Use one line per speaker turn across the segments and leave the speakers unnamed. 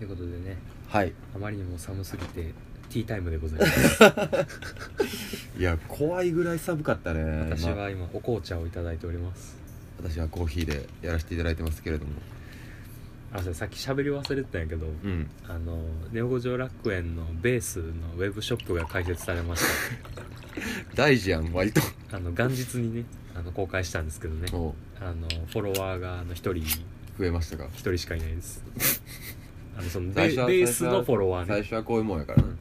いうことでね
はい
あまりにも寒すぎてティータイムでございます
いや怖いぐらい寒かったね
私
まあ
は今お紅茶をいただいております
私はコーヒーでやらせていただいてますけれども
あそうさっき喋り忘れてたんやけど
うん
あのネオ五条楽園のベースのウェブショップが開設されまし
大事やん割と
たあの元日にねあの公開したんですけどね
も
あのフォロワーがあの1人1
う増えましたか
人しかいないです あのそのベ
最初は
ベースのフォロワー
最
ね
初はこういうもんやからな、
うん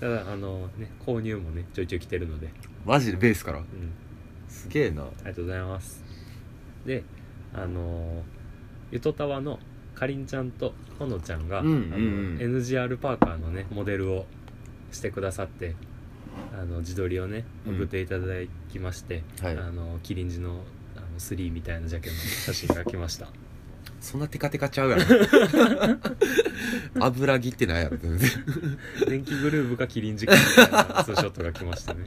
ただあのね購入もねちょいちょい来てるので、
マジでベースから
うん、
すげえな
ありがとうございますであのゆとたわのかりんちゃんとほのちゃんが、
うんうんうん
あの NGR パーカーのねモデルをしてくださってあの自撮りをね
うん
送っていただきまして、
はい
あのキリンジのあの3みたいなジャケの 写真が来ました
そんなテカテカちゃう やろ油切ってないやろ全然
電気グルーブかキリンジかみたいなツーショットが来ましたね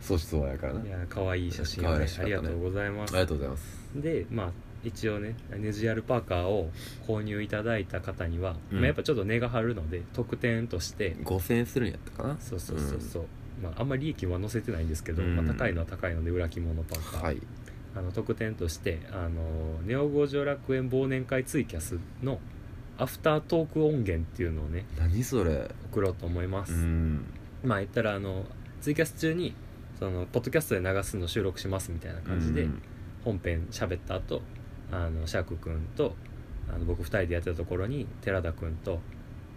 そうしそうやからなあ
い
り
や可愛い写真を
可
ね
愛らしか
あ
った
りが
ね
とうございます
がとうございます
でまあ一応ね NGR パーカーを購入いただいた方には、
うん
まあ、やっぱちょっと値が張るので特典として
5000円するんやったかな
そうそうそうそう、まあ、あんまり利益は載せてないんですけど、
うん
まあ、高いのは高いので裏着物パーカー、
はい
あの特典としてあのネオ五条楽園忘年会ツイキャスのアフタートーク音源っていうのをね
何それ
送ろうと思います、
うん
まあ言ったらあのツイキャス中にそのポッドキャストで流すの収録しますみたいな感じで、
うん
本編喋った後あのシャーク君とあの僕2人でやってたところに寺田君と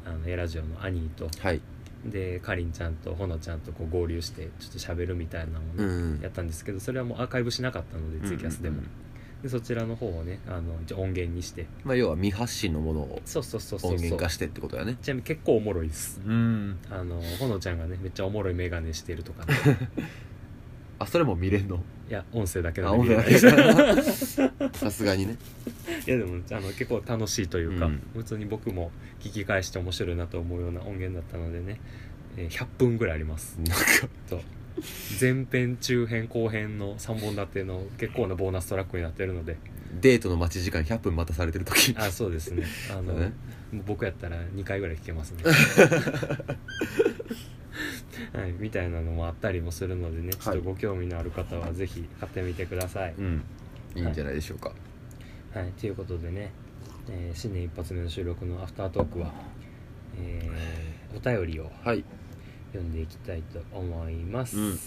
あのエラジオの兄と
はい
でかりんちゃんとほのちゃんとこう合流してちょっと喋るみたいなのをね、
ん
やったんですけどそれはもうアーカイブしなかったのでツイキャスでも、
うんうんうん
でそちらの方をねあの一応音源にして
まあ要は未発信のものを
そうそうそうそ
音
うそ
源
う
化してってことやね
ちなみに結構おもろいです
うん
あのほのちゃんがねめっちゃおもろいメガネしてるとかね
あそれも見れんの
いや音声だけ
あ
なんで
音
見れ
源
な
だ
い
け ださすがにね
いやでもあの結構楽しいというか、
うん
普通に僕も聞き返して面白いなと思うような音源だったのでね、えー100分ぐらいあります
なんか
と前編中編後編の3本立ての結構なボーナストラックになってるので
デートの待ち時間100分待たされてる時
あそう ですねあの
ね
僕やったら2回ぐらい聞けますね はい、みたいなのもあったりもするのでねちょっとご興味のある方はぜひ買ってみてください、
うんいいんじゃないでしょうか
はい、ということでね、えー新年一発目の収録のアフタートークは、えーお便りを
はい
読んでいきたいと思います、
うん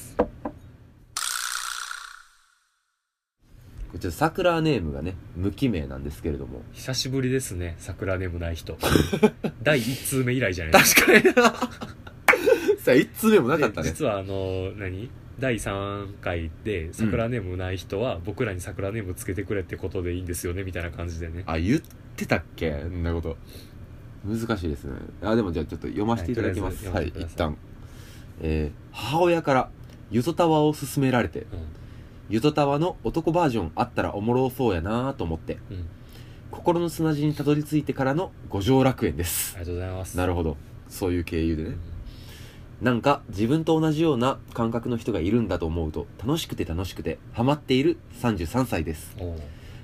こちら桜ネームがね無記名なんですけれども
久しぶりですね桜でもない人 第1通目以来じゃないですか
確かになさあ1通目もなかった
で
ね
実はあの何第3回で「桜ネームない人は僕らに桜ネームつけてくれってことでいいんですよね」みたいな感じでね
あ言ってたっけそんなこと難しいですねあでもじゃあちょっと読ませていただきます
は
はいい、
とりあえず
一
読
旦えー母親からゆとたわを勧められてゆとたわの男バージョンあったらおもろそうやなと思って
うん、うん、
心の砂地にたどり着いてからの五条楽園で
あ
す
りがとうございます
なるほどそういう経由でねなんか自分と同じような感覚の人がいるんだと思うと楽しくて楽しくてハマっている33歳です
うんおう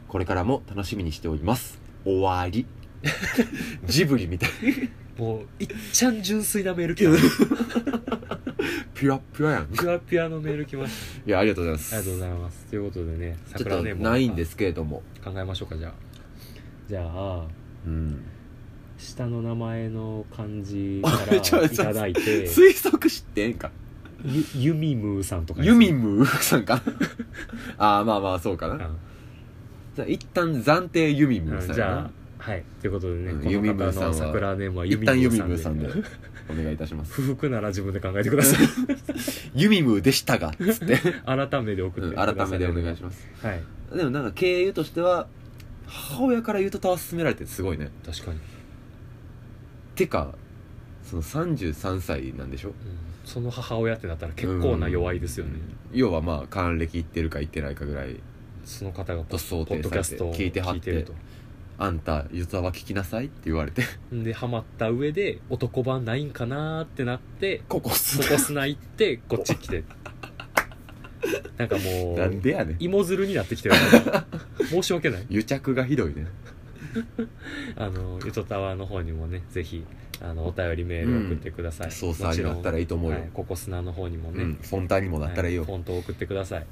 これからも楽しみにしております終わり ジブリみたい
もういっちゃん純粋なメール来ました
ピュアピュアやん
ピュアピュアのメール来ました
いやありがとうござい
あり
ま
がとうご
い
ざいますということでね
ちょ
桜
っ
ネー
と
ム
ないんですけれども
考えましょうかじゃあじゃあ
うん
下の名前の漢字か
あちょ
らい
ちょちょ
ただいて
推測してんか
ゆユミムーさんとかです
ユ
ね
ミムーさんか ああまあまあそうか
う
なんじゃあ一旦暫定ユミムー
う
さ
ん
ん
じ
や
ゃ
な
あはいということでね、
うん
こ
ユミム
の方
ーさん
の
は
桜ネームはユ
一
ミム
旦ユミ
ー
ムーさ
さ
ん
んで
でお願いいたし ます
不服なら自分で考えてくだ さい
ユミムーでしたがつって、
改めて送っ て
うん
ください、
改めてお願いします
ますはい
でもなんか経由としては母親からゆとたわ勧められてすごいね
確かに、
てかその33歳なんでしょ
うんその母親ってなったら結構な弱いですよね、
うん要はまあ還暦行ってるか行ってないかぐらい
その方がポ
と想
ポッ
定
ド
さ
キ
れ
ャス
て
トを
聞いてはっ
聞いてる
て
と
あんたゆとたわ聞きなさいって言われて
でハマった上で男版ないんかなーってなって
ここっす
そ こ砂行ってこっち来てなんかも
なん
う
でやねん
芋づるになってきてる申し訳ない
癒着がひどいね
あのゆとたわの方にもねぜひあのお便りメール送ってください、
うんそうそうありがたらいいと思うよ
はいここ砂の方にも
う
ね、
ん、フォンタンにもなったらいいよ、
はい、フォントを送ってくださ い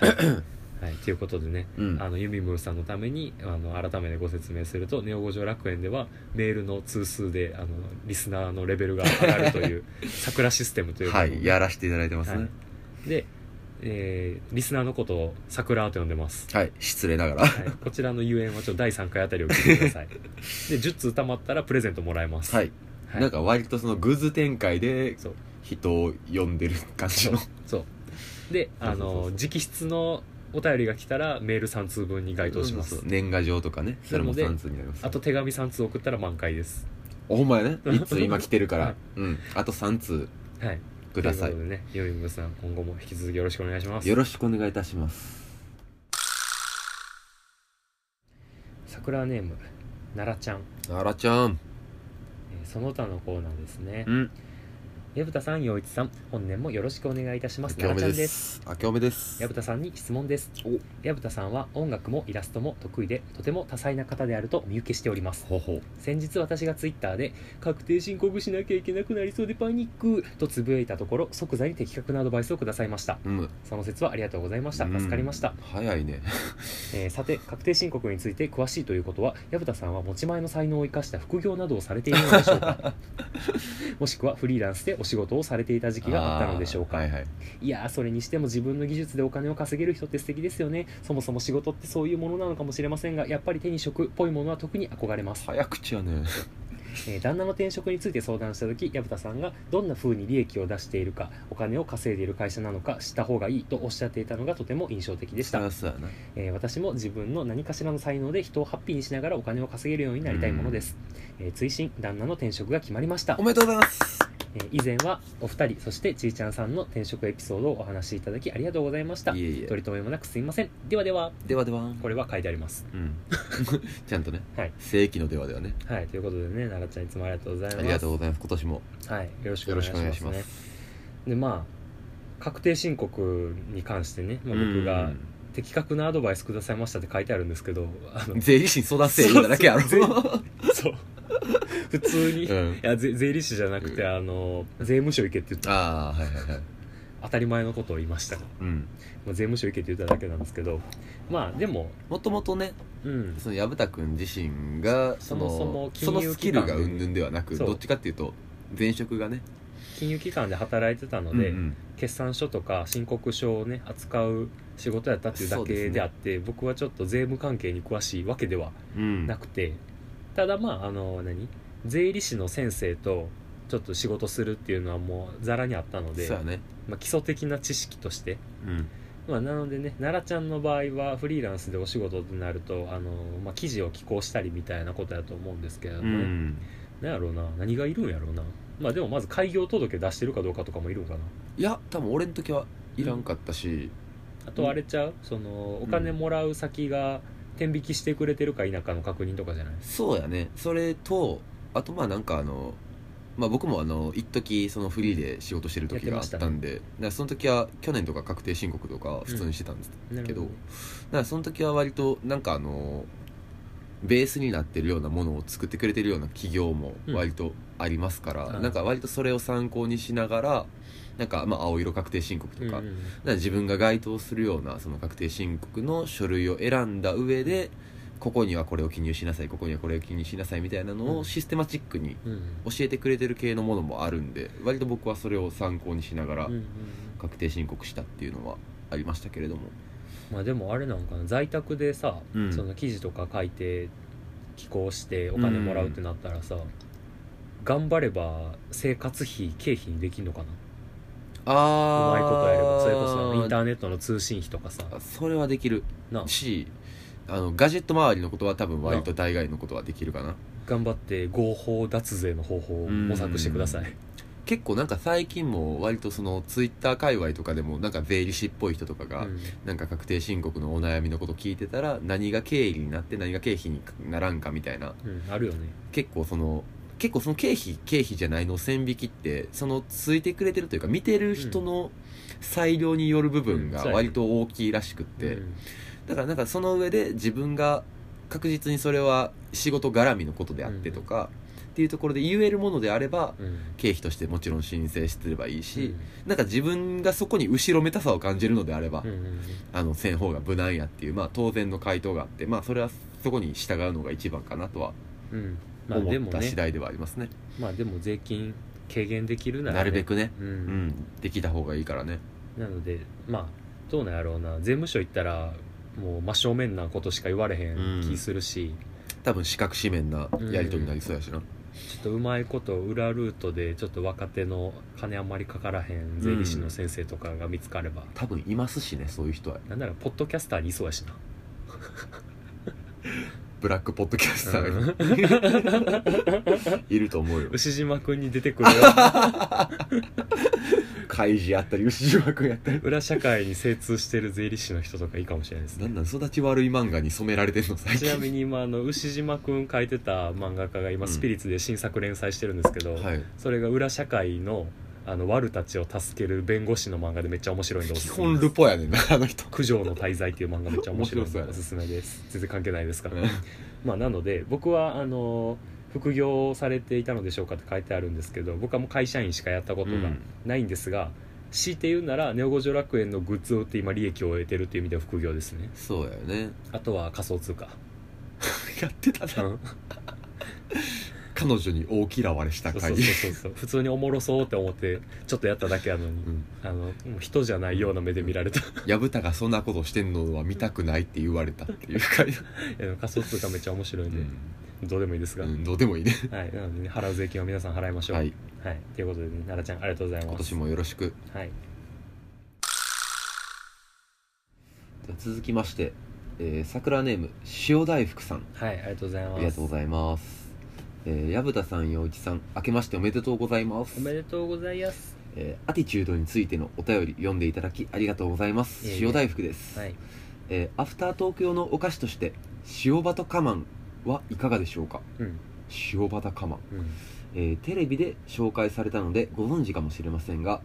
はい、はいということでね、
うん
あのユミムーさんのためにあの改めてご説明すると「ネオ五条楽園」ではメールの通数であのリスナーのレベルが上がるという 桜システムというも
は
のを
いやらせていただいてますね
はいで、えーリスナーのことを「桜」と呼んでます
はい、失礼ながら
はい、 こちらの遊園はちょっと第3回あたりを聞いてくださいで10通たまったらプレゼントもらえます
はい、
はい
なんか割とその偶数展開で
そう
人を呼んでる感じの
そうであ
そうそう
の
そう
直筆のお便りが来たらメール3通分に該当します
そうそう年賀状とかねそれも
なので
3通になります
あと手紙3通送ったら満開です
おほんまやね1通今来てるから、
はい
うんあと3通
はい
ください
ということでねヨイムさん今後も引き続きよろしくお願いします
よろしくお願いいたします
桜ネーム奈良ちゃん、
あらちゃん
えーその他のコーナーですね
うん
矢蓋さん陽一さん本年もよろしくお願いいたします
明けおめ
奈良ち
で
ゃんです
す明けおめです
矢蓋さんに質問です
お
矢蓋さんは音楽もイラストも得意でとても多彩な方であると見受けしております
ほほ
先日私がツイッターで確定申告しなきゃいけなくなりそうでパニックとつぶやいたところ即座に的確なアドバイスをくださいました
うん
その説はありがとうございました助かりました、
うん早いね
えーさて確定申告について詳しいということは矢蓋さんは持ち前の才能を生かした副業などをされているのでしょう かもしくはフリーランスでお仕事をされていた時期があったのでしょうか、
あーはいはい
いやーそれにしても自分の技術でお金を稼げる人って素敵ですよねそもそも仕事ってそういうものなのかもしれませんがやっぱり手に職っぽいものは特に憧れ ます、
早口やね
えー旦那の転職について相談した時薮田さんがどんな風に利益を出しているかお金を稼いでいる会社なのか知った方がいいとおっしゃっていたのがとても印象的でし
そり
た
ゃ、そうやな
えー私も自分の何かしらの才能で人をハッピーにしながらお金を稼げるようになりたいものです、えー追伸旦那の転職が決まりました
おめでとうございます
えー以前はお二人そしてちいちゃんさんの転職エピソードをお話しいただきありがとうございました
いえいえ
取り留めもなくすいませんではでは
ではでは
これは書いてあります
うん ちゃんとね、
はい
正規のではではね
はいということでね奈良ちゃんいつもありがとうございます
ありがとうございます今年も
はいよろしくお願
よろ
い
し
し
くお願
ま
い
す
し
ね
ます
でまあ確定申告に関してね、まあ、僕
う
が
ん
「的確なアドバイスくださいました」って書いてあるんですけどあ の
税理士に相談せえ言うただけやろ
そうそう普通に、い
うん
やぜ税理士じゃなくて、
うん
あの税務署行けって言った
ああはいはいはい
当たり前のことを言いました、ま
うん
あ、税務署行けって言っただけなんですけどまあでも
もともとね
うん
その薮田君自身がその
そもそ
そ
も
の
金融
ス
機
キ
関
ルが云々ではなく
そう
どっちかっていうと前職がね
金融機関で働いてたので、決算書とか申告書をね扱う仕事やったっていうだ
そうです
け
ね
であって、僕はちょっと税務関係に詳しいわけでは
うんうん
なくて、ただまああの何税理士の先生とちょっと仕事するっていうのはもうざらにあったので、
そうやね
まあ、基礎的な知識として、
うん
まあ、なのでね奈良ちゃんの場合はフリーランスでお仕事となるとあの、まあ、記事を寄稿したりみたいなことだと思うんですけれど
う
もね、
ん
なんやろうな何がいるんやろうなまあでもまず開業届出してるかどうかとかもいるんかない
や多分俺の時はいらんかったし
あとあれちゃう、そのお金もらう先が天引きしてくれてるか否かの確認とかじゃない
そうやねそれとあとまあなんかあのまあ僕もあの一時そのフリーで仕事してる時があったんでだからその時は去年とか確定申告とか普通にしてたんです
な
けど、だからその時は割となんかあのベースになってるようなものを作ってくれてるような企業も割とありますから、
うん
なんか割とそれを参考にしながらなんかまあ青色確定申告とか,、
うんうん
自分が該当するようなその確定申告の書類を選んだ上でここにはこれを記入しなさいここにはこれを記入しなさいみたいなの
う
を
ん
システマチックに
うん
教えてくれてる系のものもあるんで割と僕はそれを参考にしながら
うんうん
確定申告したっていうのはありましたけれども。
まあでもあれなんかな在宅でさ、
うん
その記事とか書いて寄稿してお金もらうってなったらさ、頑張れば生活費経費にできるのかなう
あ
まい
ー
ことやればそれこそインターネットの通信費とかさ
それはできる
な
しあのガジェット周りのことは多分割と大概のことはできるかな
頑張って合法脱税の方法を模索してください
結構なんか最近も割とそのツイッター界隈とかでもなんか税理士っぽい人とかが、
うん
なんか確定申告のお悩みのこと聞いてたら何が経費になって何が経費にならんかみたいな
うんあるよね
結構その結構その経費経費じゃないの線引きってそのついてくれてるというか見てる人の裁量による部分
うん
が
そうやね
割と大きいらしくって、
うん
だからなんかその上で自分が確実にそれは仕事絡みのことであってとか、っていうところで言えるものであれば
うん
経費としてもちろん申請してればいいし、なんか自分がそこに後ろめたさを感じるのであれば、
うんうん
あのせん方が無難やっていう、まあ、当然の回答があって、まあ、それはそこに従うのが一番かなとは
うんうんまあで
思っ
も
た
ね
次第ではありますね,、
まあでも税金軽減できるなら、ね、
なるべくね、
う、
うんん、できた方がいいからね
なのでまあどうなんやろうな税務署行ったらもう真正面なことしか言われへん気するし、
多分四角四面なやり取りになりそうやしな、
ちょっとうまいこと裏ルートでちょっと若手の金あんまりかからへん税理士の先生とかが見つかれば、
多分いますしねそういう人は
なんならポッドキャスターにいそうやしな
ブラックポッドキャスターが いると 思うよ
牛島君に出てくるよ
開示やったり牛島君やったり
裏社会に精通してる税理士の人とかいいかもしれないです
な
ね
んなん育ち悪い漫画に染められてんの最
ち
近
なみに今あの牛島君書いてた漫画家が今
うん
スピリッツで新作連載してるんですけど、
はい
それが裏社会のあの悪たちを助ける弁護士の漫画でめっちゃ面白いんでおす
基
すめ
本
で
ル
す
ポやねんなあの人
九条の滞在っていう漫画めっちゃ面白いんで
面白そうやね
おすすめです全然関係ないですから、
うん
まあなので僕はあの副業をされていたのでしょうかって書いてあるんですけど僕はもう会社員しかやったことがないんですが、強いて言うならネオ五条楽園のグッズを売って今利益を得てるという意味では副業ですね
そうやよね
あとは仮想通貨
やってたな彼女に大嫌われした
そう
会
そうそうそう普通におもろそうって思ってちょっとやっただけやのに、
うん
あのもう人じゃないような目で見られたい
矢蓋がそんなことしてんのは見たくないって言われたっていう回だ、
やでも仮想通貨めっちゃ面白いんで、どうでもいいです
う
が、
んどうでもいいね
はいなので、ね、払う税金を皆さん払いましょう
はい、
はいということでね奈良ちゃんありがとうございます
今年もよろしく
はい
じゃあ続きまして、えー桜ネーム塩大福さん
はいありがとうございます
ありがとうございますえー矢蓋さん陽一さん明けましておめでとうございます
おめでとうございます
えーアティチュードについてのお便り読んでいただきありがとうございます
いえいえ
塩大福です、
はい
えーアフタートーク用のお菓子として塩バタカマンはいかがでしょうか
うん
塩バタカマン
うん
えーテレビで紹介されたのでご存知かもしれませんが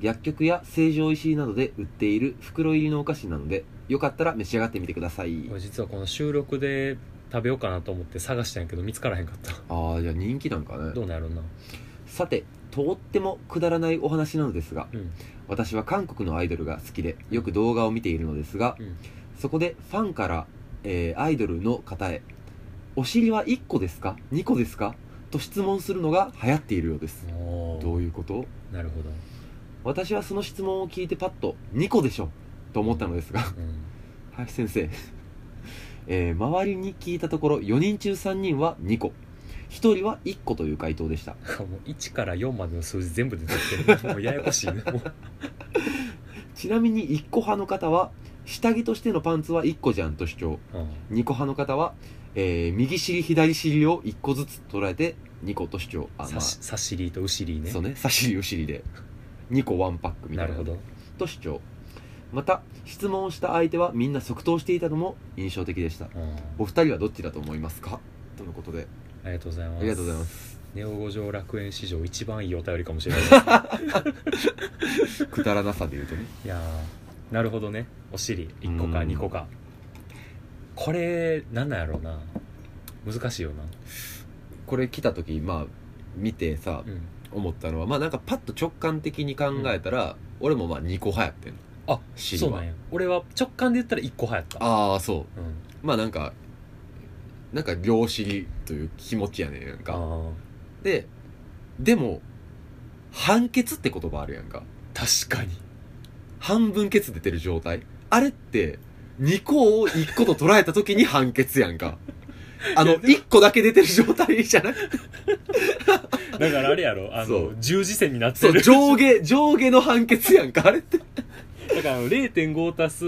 薬局や成城石井などで売っている袋入りのお菓子なのでよかったら召し上がってみてください
これ実はこの収録で食べようかなと思って探したんやけど見つからへんかった
あーじゃあ人気なんかね
どうなるな
さてとってもくだらないお話なのですが、
うん
私は韓国のアイドルが好きでよく動画を見ているのですが、
うん
そこでファンから、えーアイドルの方へ「お尻は1個ですか ?2 個ですか?」と質問するのが流行っているようです、
お
ど
ー
ういうこと
なるほど、
私はその質問を聞いてパッと「2個でしょ!」と思ったのですが
うん、
林先生、 えー周りに聞いたところ4人中3人は2個1人は1個という回答でした
なんかもう1から4までの数字全部出てきてるもうややこしいねもう
ちなみに1個派の方は下着としてのパンツは1個じゃんと主張
うん
2個派の方は、えー右尻左尻を1個ずつ捉えて2個と主張あ、まあ
さしさしりとうしりね
そうね差し尻お尻で2個ワンパックみた
ないる
な
ほど
と主張また質問をした相手はみんな即答していたのも印象的でした
うん
お二人はどっちだと思いますかとのことで
ありがとうございます
ありがとうございますす
ネオ五条楽園史上一番いいお便りかもしれない
くだらなさで言うとね
いやーなるほどねお尻1個か
うん
2個かこれなんなんやろうな難しいよな
これ来た時まあ見てさ
うん
思ったのはまあなんかパッと直感的に考えたら、俺もまあ2個派やってんの
あ
尻
そ
は
うなんや俺は直感で言ったら1個派やった
ああそ
うん
うまあなんかなんか両尻という気持ちやねんなん
あ
か
ー
ででも半決って言葉あるやんか
確かに
半分ケツ出てる状態あれって2個を1個と捉えた時に半決やんかあ
い
の
やでも
1個だけ出てる状態じゃなくて
だからあれや ろあ
そ
の
う
十字線になっ
そ
て
う、
る
上下、上下の判決やんか、あれっ て。
だからあの0.5足す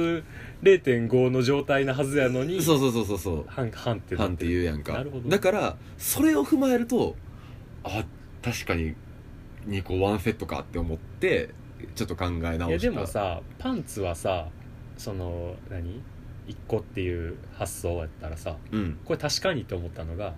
0.5の状態なはずやのに
そうそうそうそうそう。
半半ってな
判
っ
ってて
る
言うやんか。
なるほど
だから、それを踏まえると、あ、確かに、2個ワンセットかって思って、ちょっと考え直した。
いやでも、さパンツはさその何1個っていう発想やったらさ
うん、
これ確かにと思ったのが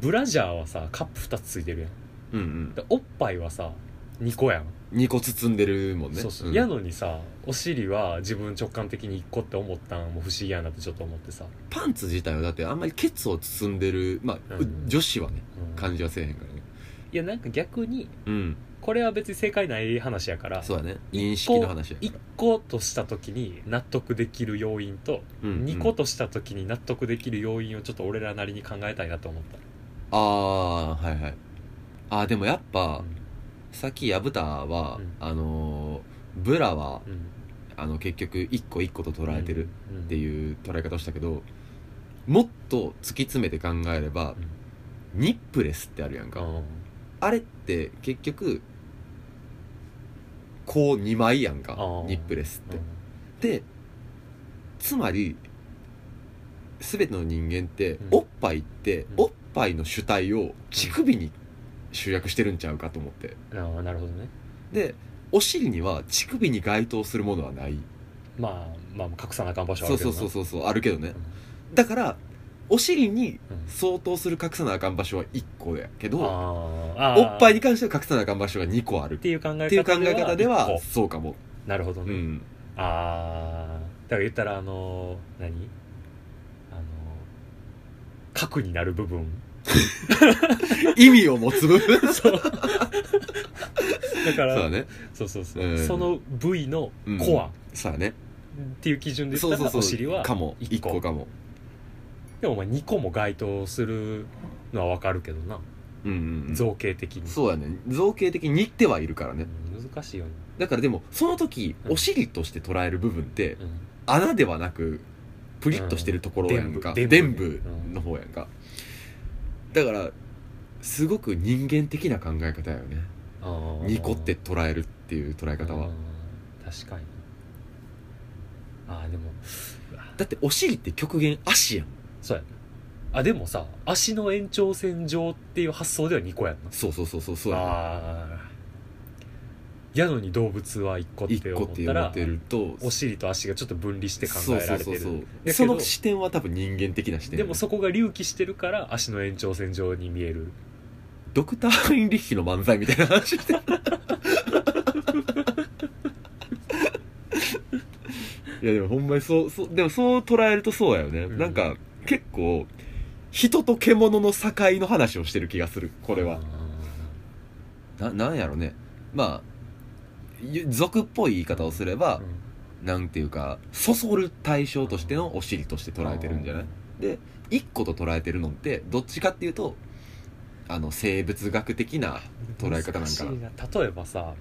ブラジャーはさカップ2つついてるやん
うんうん。
でおっぱいはさ2個やん、
2個包んでるもんね
そうそう、
ん
やのにさお尻は自分直感的に1個って思ったんも不思議やなってちょっと思ってさ、
パンツ自体はだってあんまりケツを包んでるまあ、
うん
女子はね
うん
感じはせえへんからね
いやなんか逆に
うん
これは別に正解ない話やから
そうだね認識の話やから
1個とした時に納得できる要因と、
うんうん
2個とした時に納得できる要因をちょっと俺らなりに考えたいなと思った
ああーはいはいあーでもやっぱ、さっき薮田は、
うん
あのーブラは
うんうん
あの結局一個一個と捉えてる
うん
っていう捉え方をしたけどもっと突き詰めて考えれば、ニップレスってあるやんか、
うん
あれって結局こう2枚やんか
あー
ニップレスって
うん、
でつまり全ての人間って、
うん
おっぱいって、
うん
おっぱいの主体を乳首に集約してるんちゃうかと思って
ああなるほどね
でお尻には乳首に該当するものはない
まあまあ隠さなあかん場所はあ
そう
るけ
そ
ど
う
な
そうそうそうあるけどね
うん
だからお尻に
うん
相当する隠さなあかん場所は1個やけど
あー
おっぱいに
っ
関しては隠さなあかん場所が2個あるって
いう考え方では
ていう考え方で
一
は
個
そうかも
なるほど
う
ね、
ん
ああだから言ったらあのー何あのー核になる部分
意味を持つ部分
そうだか
そう
ら
だね
そうそうそう、
うん
その部位の
うん
コア
そうだね
っていう基準で言
そ
っ
う
た
そう
ら
そう
お尻は
かも
一
1
個
個かも
でもお前2個も該当するのは分かるけどな、
うんうんうん
造形的に
そうやね造形的に似てはいるからね
うん難しいよね、
だからでもその時
うん
お尻として捉える部分って
うん
穴ではなくプリッとしてるところやんか
うん
伝
伝
部
部
の方やんかだからすごく人間的な考え方やよね
あー
2個って捉えるっていう捉え方は
うん確かにああでもうわ
だってお尻って極限足やん
そうやなあでもさ足の延長線上っていう発想では2個やんな
そうそうそうそうそうやね
ああやのに動物は1個って
1個
思
っ
ってた
思
ら
ってると
お尻と足がちょっと分離して考えられてる
そうそうそう
けど
そうその視点は多分人間的な視点
でもそこが隆起してるから足の延長線上に見える
ドクター・ハインリッヒの漫才みたいな話してるいやでもほんまにそうそうでもそう捉えるとそうやよね、
うん
なんか結構人と獣の境の話をしてる気がするこれは、ななんやろねまあゆ俗っぽい言い方をすれば、なんていうかそそる対象としてのお尻として捉えてるんじゃないで1個と捉えてるのってどっちかっていうとあの生物学的な捉え方なんかな
難しい例えばさ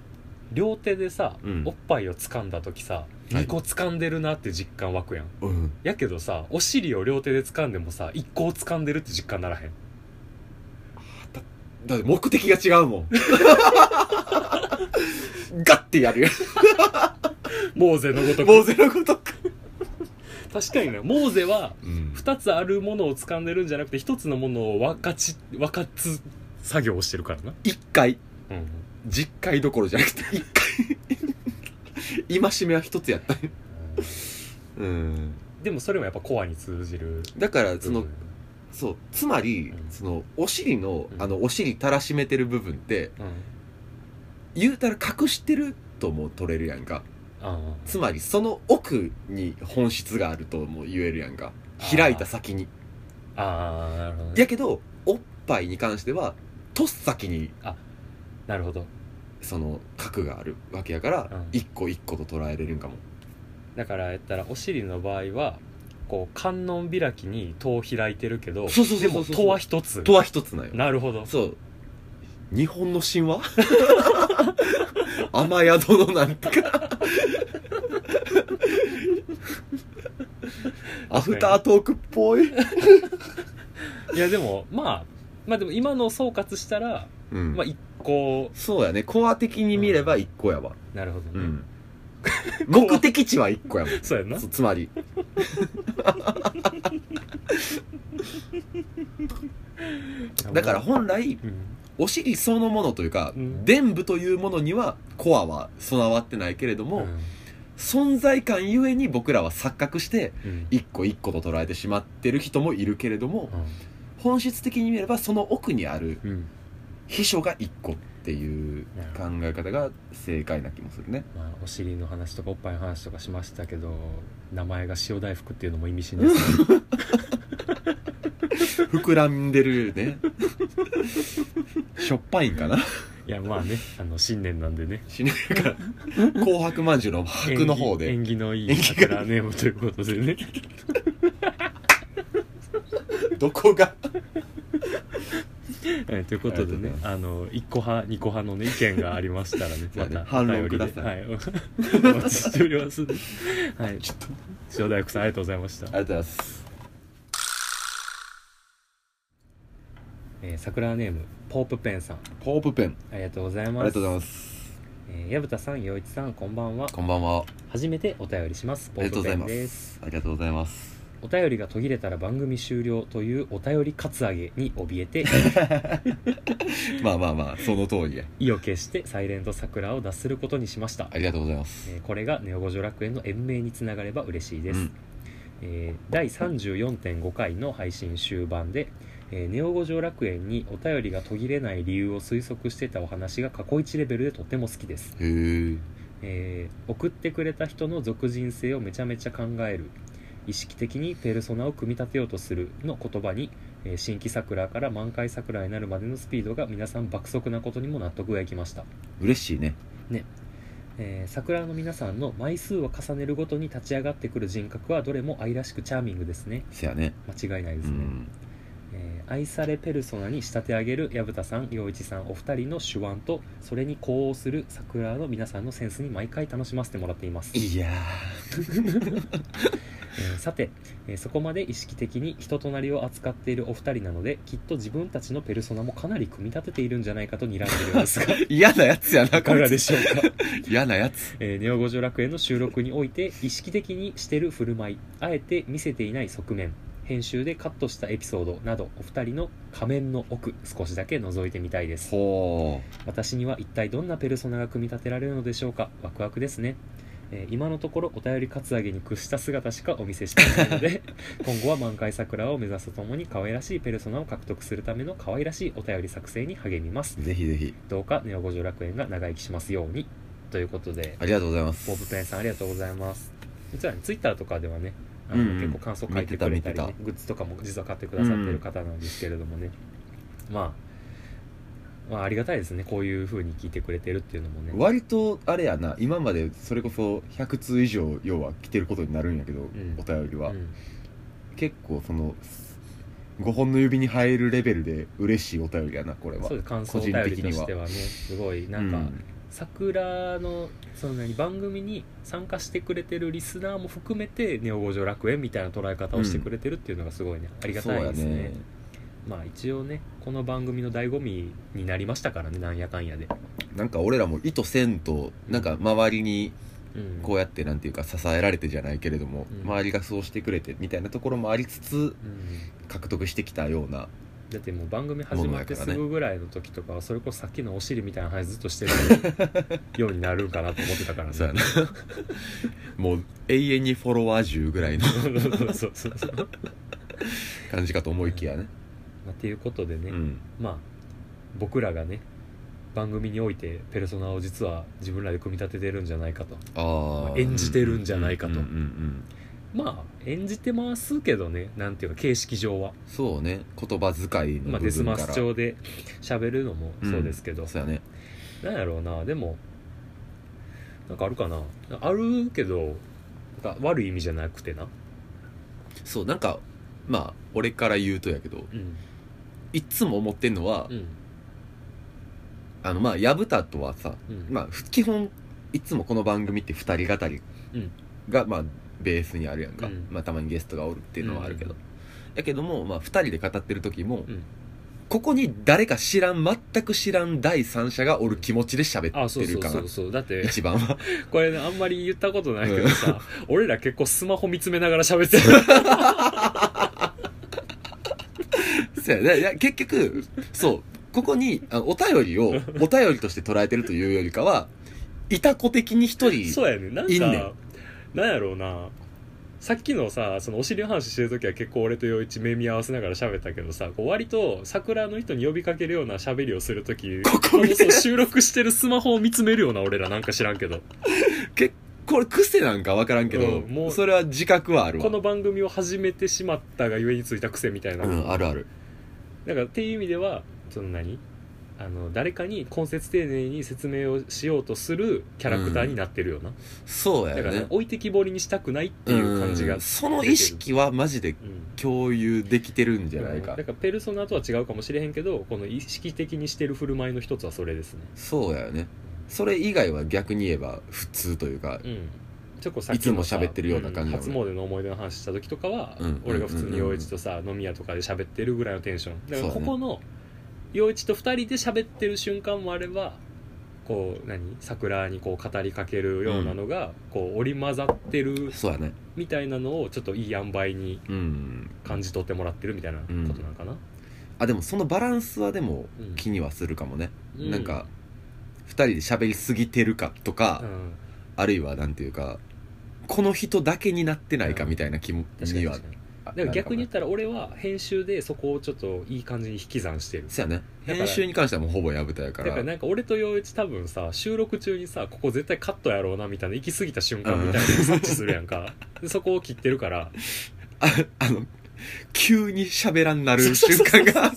両手でさ、
うん
おっぱいを掴んだ時さ
い
2個掴んでるなって実感湧くやん、
うん
やけどさお尻を両手で掴んでもさ1個を掴んでるって実感ならへん
だって目的が違うもん ガッてやるよ
モーゼのごと
もう
く
ゼロごとく、
確かにねモーゼは2つあるものを掴んでるんじゃなくて1つのものを分かち分かつ作業をしてるからな、
一回
うん、
実回どころじゃなくて一回戒めは一つやったうん
でもそれもやっぱコアに通じる
だからその、
うん
そうつまり
うん
そのお尻の
うん
あのお尻たらしめてる部分って言うたら隠してるとも取れるやんか
あ
つまりその奥に本質があるとも言えるやんか開いた先に
あああなるほど、ね、
やけどおっぱいに関してはとっさきに
なるほど
その核があるわけやから、
うん
一個一個と捉えれるんかも
だからやったらお尻の場合はこう観音開きに戸を開いてるけど
そうそうそうそうそう
でも戸は一つ
とは一つなんよ
なるほど
そう日本の神話 雨宿のなん とかアフタートークっぽい、
いやでもまあまあでも今のを総括したら、
うん
まあ一個
そうやねコア的に見れば一個やわ、
なるほどね、
うん、目的地は一個やもん
そうやんな
そうつまりだから、本来
うん
お尻そのものというか、
うん
伝部というものにはコアは備わってないけれど
う
も、
ん
存在感ゆえに僕らは錯覚して
うん
一個一個と捉えてしまってる人もいるけれども本質的に見ればその奥にある
うん
秘書が1個っていう考え方が正解な気もするね
まあ、お尻の話とかおっぱいの話とかしましたけど名前が塩大福っていうのも意味深ですね
膨らんでるね しょっぱいんかない
やまあねあの新年なんで ね
死ねるから紅白まんじゅうの白の方で
縁起縁起のいい桜ネームということでね
どこが
えということでねあの1個派2個派のね意見がありましたらね
じゃ
ま
あね
た
反論
お便りで
ください
はい、 おお待ちしておりますはい
ちょっと
塩大福さんありがとうございました
ありがとうございます
えー桜ネームポープペンさん
ポープペン
ありがとうござい
あ
ます
りがとうございます
えー矢蓋さん陽一さんこんばんは
こんばんは
初めてお便りします
あ
ポ
りが
ー
とう
プ
ご
ペ
ざい
ン
ま
です
すありがとうございます
お便りが途切れたら番組終了というお便りカツアゲに怯えて
まあまあまあその通りや
意を決してサイレント桜を脱することにしました
あ、りがとうございます
えーこれがネオ五条楽園の延命につながれば嬉しいです、
うん
えー第34.5回の配信終盤で、えーネオ五条楽園にお便りが途切れない理由を推測してたお話が過去一レベルでとても好きです
へえ
えー送ってくれた人の俗人性をめちゃめちゃ考える意識的にペルソナを組み立てようとするの言葉に、えー新規桜から満開桜になるまでのスピードが皆さん爆速なことにも納得がいきました、
嬉しいね
えー桜の皆さんの枚数を重ねるごとに立ち上がってくる人格はどれも愛らしくチャーミングですね
せやね
間違いないで
う
すね、
ん
えー愛されペルソナに仕立て上げる薮田さん陽一さんお二人の手腕とそれに呼応する桜の皆さんのセンスに毎回楽しませてもらっています
いや
えーさて、えーそこまで意識的に人となりを扱っているお二人なのできっと自分たちのペルソナもかなり組み立てているんじゃないかと睨んでいるのですが
ー嫌なやつやない
かがでしょうか、
嫌なやつ
えーネオ五条楽園の収録において意識的にしてる振る舞いあえて見せていない側面編集でカットしたエピソードなどお二人の仮面の奥少しだけ覗いてみたいです
ほ
私には一体どんなペルソナが組み立てられるのでしょうかワクワクですね、えー今のところお便りカツアゲに屈した姿しかお見せしていないので今後は満開桜を目指すとともに可愛らしいペルソナを獲得するための可愛らしいお便り作成に励みます
うぜひぜひ
どうかネオ五条楽園が長生きしますようにということで
ありがとうございます
ボブペンさんありがとうございます実はねツイッターとかではねあの、
うんうん
結構感想書いてくれたりね
見てた見て
グッズとかも実は買ってくださってる方なんですけれどもね、まあ、まあありがたいですねこういう風に聞いてくれてるっていうのもね
割とあれやな今までそれこそ100通以上要は来てることになるんやけど、
ん
お便りは、
うん
結構その5本の指に入るレベルで嬉しいお便りやなこれは
そうです感想お
個
便
人
り
的
と
には
してはねすごいなんか、桜のその何番組に参加してくれてるリスナーも含めて「ネオ五条楽園」みたいな捉え方をしてくれてるっていうのがすごいね、あ
あ
りがたいですねまあ一応ねこの番組の醍醐味になりましたからねなんやかんやで、
なんか俺らも意図せんとなんか周りに
うん、
こうやってなんていうか支えられてじゃないけれども、
うん
周りがそうしてくれてみたいなところもありつつ
うん、
獲得してきたような
だってもう番組始まってすぐぐらいの時とかはそれこそさっきのお尻みたいな話ずっとしてる ようになるんかなと思ってたからね
そう やなもう永遠にフォロワー10ぐらいの
そうそうそうそう
感じかと思いきやね、
まあっていうことでね、
うん、
まあ僕らがね番組においてペルソナを実は自分らで組み立ててるんじゃないかと
あー
演じてるんじゃないかと
うんうんうんうん
まあ演じてますけどねなんていうか形式上は、
そうね言葉遣い
ま
の
あ、デ
部
ス
分
マ
か
ス
ら、
調で喋るのもそうですけど、
そうやね
なんやろうなでもなんかあるかなあるけどなんか悪い意味じゃなくてな、
そうなんかまあ俺から言うとやけど
うん
いっつも思ってんのは、
うん
あのまあ薮田とはさ、
うん
まあ、ふ基本いっつもこの番組って二人語り
うん
が、まあベースにあるやんか、
うん
まあ、たまにゲストがおるっていうのはあるけど、
うん
やけども、まあ、二人で語ってる時も、
うん
ここに誰か知らん全く知らん第三者がおる気持ちで喋
あそ
っ
う
て
そ
る
う
か
そ
な
うそうだって
一番は
これねあんまり言ったことないけどさ、俺ら結構スマホ見つめながら喋ってる
そうやねいや結局そうここにあのお便り をお便りとして捉えてるというよりかはいた子的に一人
そうやねなんか
いんねん
なんやろうなさっきのさそのお尻の話してる時は結構俺と陽一目見合わせながら喋ったけどさこう割と桜の人に呼びかけるような喋りをする時
ここ見て
そう収録してるスマホを見つめるような俺らなんか知らんけど
けこれ癖なんか分からんけど、
うんもう
それは自覚はあるわ
この番組を始めてしまったがゆえについた癖みたいな、
うんあるある
なんかっていう意味ではその何あの誰かに根節丁寧に説明をしようとするキャラクターになってるような、
そうや
だ
よ
から、
ね
置いてきぼりにしたくないっていう感じが
んその意識はマジ
う
で
ん
共有できてるんじゃないか、
うんだからペルソナとは違うかもしれへんけどこの意識的にしてる振る舞いの一つはそれですね
そうやよねそれ以外は逆に言えば普通というか
うんちょっとさっきのさ
いつも喋ってるような感
ん
じなの
初詣の思い出の話した時とかは、
うん
俺が普通に陽一とさ、飲み屋とかで喋ってるぐらいのテンションだからここの陽一と2人で喋ってる瞬間もあればこう何桜にこう語りかけるようなのが、こう織り交ざってる
そうやね
みたいなのをちょっといい塩梅に
うん
感じ取ってもらってるみたいなことなんかな、
あでもそのバランスはでも
うん
気にはするかもね、
うん
なんか2人で喋りすぎてるかとか、
うん、
あるいはなんていうかこの人だけになってないかみたいな気も、
確か
に
に
は
確かにだから逆に言っ
なるかもね
たら俺は編集でそこをちょっといい感じに引き算してる
そうやね
ら
編集に関してはもうほぼやぶたやか
だ
ら
からなんか俺と陽一多分さ収録中にさここ絶対カットやろうなみたいな行き過ぎた瞬間みたいなのを察知するやん か、でそこを切ってるから
ああの急に喋らんなる瞬間が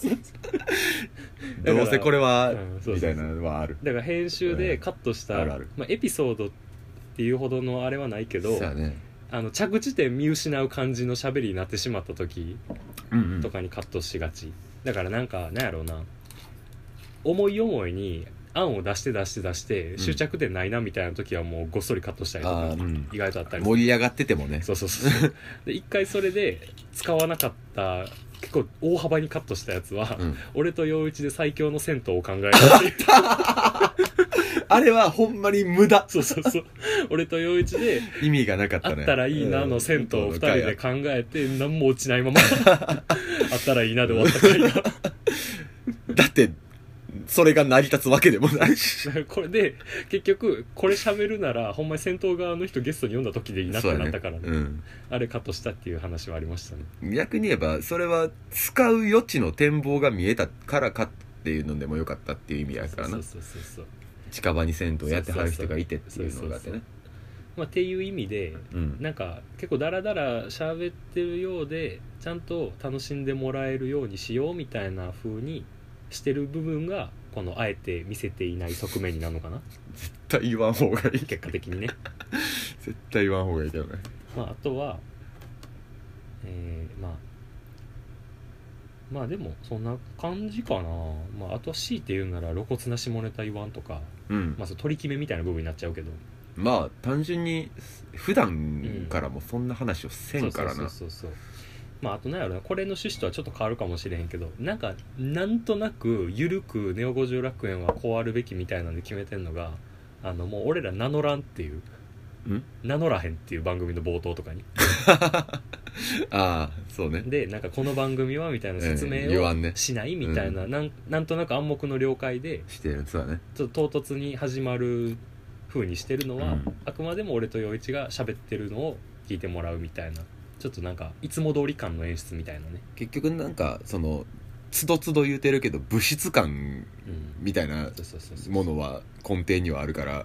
ら
どうせこれは、
うんそうそうそう
みたいなのはある
だから編集でカットした、
あるある
まあ、エピソードっていうほどのあれはないけど
そうやね
あの着地点見失う感じの喋りになってしまった時
うんうん
とかにカットしがち、だからなんかなんやろうな思い思いに案を出して出して出して終着点ないなみたいな時はもうごっそりカットしたりとか、
あーうん
意外とあったりする
盛り上がっててもね
そうそうそうそうで一回それで使わなかった結構大幅にカットしたやつは、
うん
俺と陽一で最強の銭湯を考えるって いう
あれはほんまに無駄
そうそうそう俺と陽一で
意味がなかった
あ
ね
ったらいいなの銭湯を2人で考えて何も落ちない ままあったらいいなで終わった回が
だってそれが成り立つわけでもないし
だからこれで結局これ喋るならほんまに戦闘側の人ゲストに読んだ時でいいなってなったからね
そうやね
あれカットしたっていう話はありましたね
うん、逆に言えばそれは使う余地の展望が見えたからかっていうのでもよかったっていう意味やから
そ
な
うそうそうそう
近場に銭湯やってはる人がいてっていうのがあってね
まあっていう意味で
うん
なんか結構ダラダラ喋ってるようでちゃんと楽しんでもらえるようにしようみたいな風にしてる部分がこのあえて見せていない側面になるのかな
絶対言わん方がい い
結果的にね
絶対言わん方がいいけどね
まあ、あとは、えーまあ、まあでもそんな感じかな、まあ、あとは強いて言うなら露骨な下ネタ言わんとか、
うん
まあ、それ取り決めみたいな部分になっちゃうけど
まあ単純に普段からもそんな話をせんから
そ
な
うそうそうそうまああとなんやろなこれの趣旨とはちょっと変わるかもしれへんけどなんかなんとなく緩く「ネオ五条楽園はこうあるべき」みたいなんで決めてんのがあのもう俺ら名乗らんっていうん名乗らへんっていう番組の冒頭とかに
ああそうね
でなんかこの番組はみたいな説
う
明
ん言
を
わんね
しないみたいな、
う
なんなんとなく暗黙の了解で
してるそうだね
ちょっと唐突に始まる風にしてるのは、
うん
あくまでも俺と陽一が喋ってるのを聞いてもらうみたいなちょっとなんかいつも通り感の演出みたいなね、
結局なんかそのつどつど言うてるけど物質感
うん、
みたいな
そうそうそうそう
ものは根底にはあるから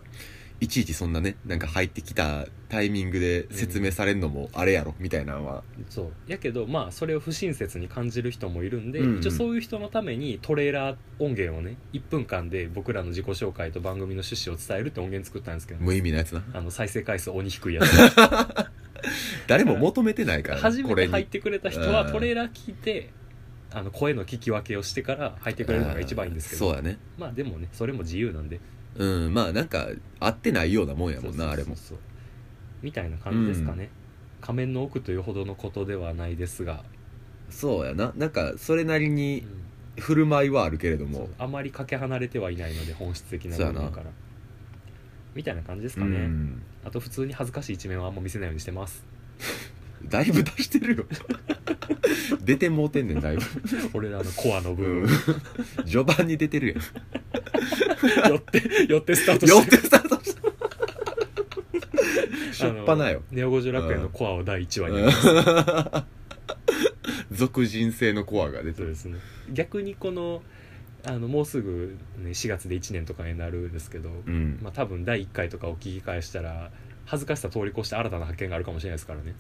いちいちそんなねなんか入ってきたタイミングで説明されるのもあれやろみたいなのは、
そうやけどまあそれを不親切に感じる人もいるんで、
うんうん
一応そういう人のためにトレーラー音源をね1分間で僕らの自己紹介と番組の趣旨を伝えるって音源作ったんですけど、
無意味なやつな
あの再生回数鬼低いやつ
誰も求めてないから
初めて入っ
こ
てくれた人
う
は
ん
トレーラー聞いてあの声の聞き分けをしてから入ってくれるのが一番いいんですけ
そ
ど
うやね
まあでもねそれも自由なんで
うんまあなんか合ってないようなもんやもんな
そう
あ
そ
れ
うそう
も
そうみたいな感じですかね、仮面の奥というほどのことではないですが、
そうやななんかそれなり
う
に
ん
振る舞いはあるけれど
そう
も
あまりかけ離れてはいないので本質的な
そうや
部
な
分からみたいな感じです
う
かね、
ん
あと普通に恥ずかしい一面はあんま見せないようにしてます
だいぶ出してるよ 出てもうてんねんだいぶ
俺らのコアの部
うん
分
序盤に出てる
寄って寄ってスタート
やん
し
よ
て
ってスタートししょっぱなよ
あのネオ五条楽園のコアを第1話に、
俗人性のコアが出て
そう
る
ですね逆にこのあのもうすぐ、ね、4月で1年とかになるんですけど、
うん、
まあ、多分第1回とかを聞き返したら恥ずかしさ通り越して新たな発見があるかもしれないですからね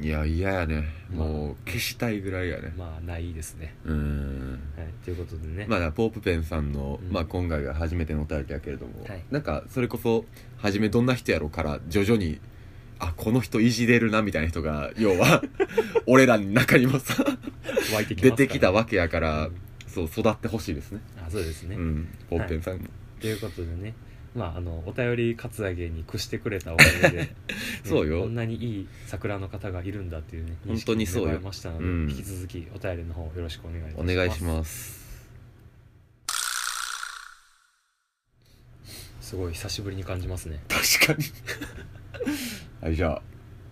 いや嫌やね
まあ
もう消したいぐらいやね
まあないですね、
うーん
はい、ということでね、
まあポープペンさんの、
うん
まあ、今回が初めてのお便りやけれども、
はい
なんかそれこそ初めどんな人やろから徐々にあこの人いじれるなみたいな人が 要は俺らの中にもさ
湧いてきますか
出
ら
てきたわけやか
う
ら
ん
そう育ってほしいですね
あそうですね、
うんポープペンさんも、
ということでねまあ、あのお便りカツアゲに屈してくれたおかげで、 ね
そうよ
こんなにいい桜の方がいるんだっていうね
本当にそう
認識芽生
よ
えましたので、
うん
引き続きお便りの方よろしくお願いいたし
お
ます
願いします
すごい久しぶりに感じますね
確かに はいじゃあ、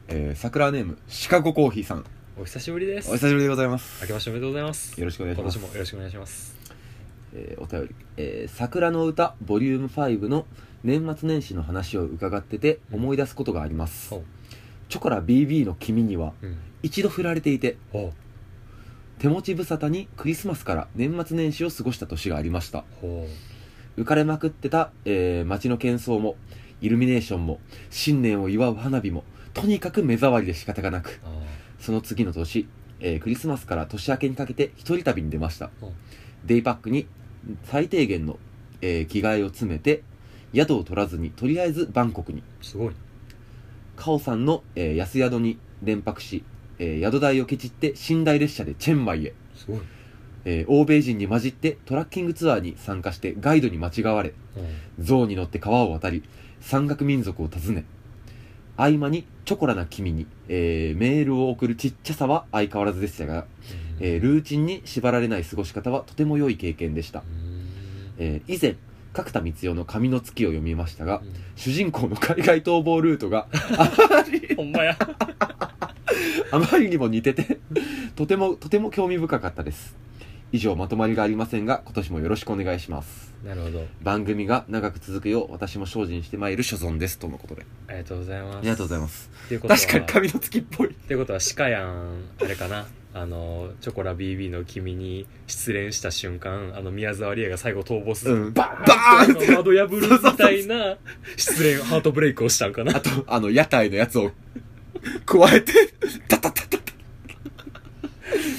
えー、桜ネームシカゴコーヒーさん
お久しぶりです
お久しぶりでございます
明けましておめでとうございます
よろしくお願いします
今年もよろしくお願いします
えーお便り、えー桜の歌ボリューム5」の年末年始の話を伺ってて思い出すことがあります、
おう
チョコラ BB の君には
うん
一度振られていて
ほ
手持ち無沙汰にクリスマスから年末年始を過ごした年がありました
うほ
浮かれまくってた、えー街の喧騒もイルミネーションも新年を祝う花火もとにかく目障りで仕方がなく
うあ
その次の年、えークリスマスから年明けにかけて一人旅に出ました、
うん
デイパックに最低限の、えー着替えを詰めて宿を取らずにとりあえずバンコクに
ーすごい
カオさんの、えー安宿に連泊し、えー宿代をケチって寝台列車でチェンマイへ、
すごい、
えー欧米人に混じってトラッキングツアーに参加してガイドに間違われ
うん
象に乗って川を渡り山岳民族を訪ね合間にチョコラな君に、えーメールを送るちっちゃさは相変わらずでしたがえールーチンに縛られない過ごし方はとても良い経験でした
う、ん
えー以前角田光代の「紙の月」を読みましたが
う ん
主人公の海外逃亡ルートが
ほんまや
あまりにも似てて とてもとても興味深かったです以上まとまりがありませんが今年もよろしくお願いします
なるほど
番組が長く続くよう私も精進してまいる所存ですとのことで
ありがとうございます
ありがとうございますす
ということは
確かに紙の月っぽい
ってことは鹿やんあれかなあのチョコラ BB の君に失恋した瞬間あの宮沢りえが最後逃亡する、
うん
バーン
バーン
ってあの窓破るみたいな失恋ハートブレイクをしたんかな
あとあの屋台のやつを 加えてタタタタ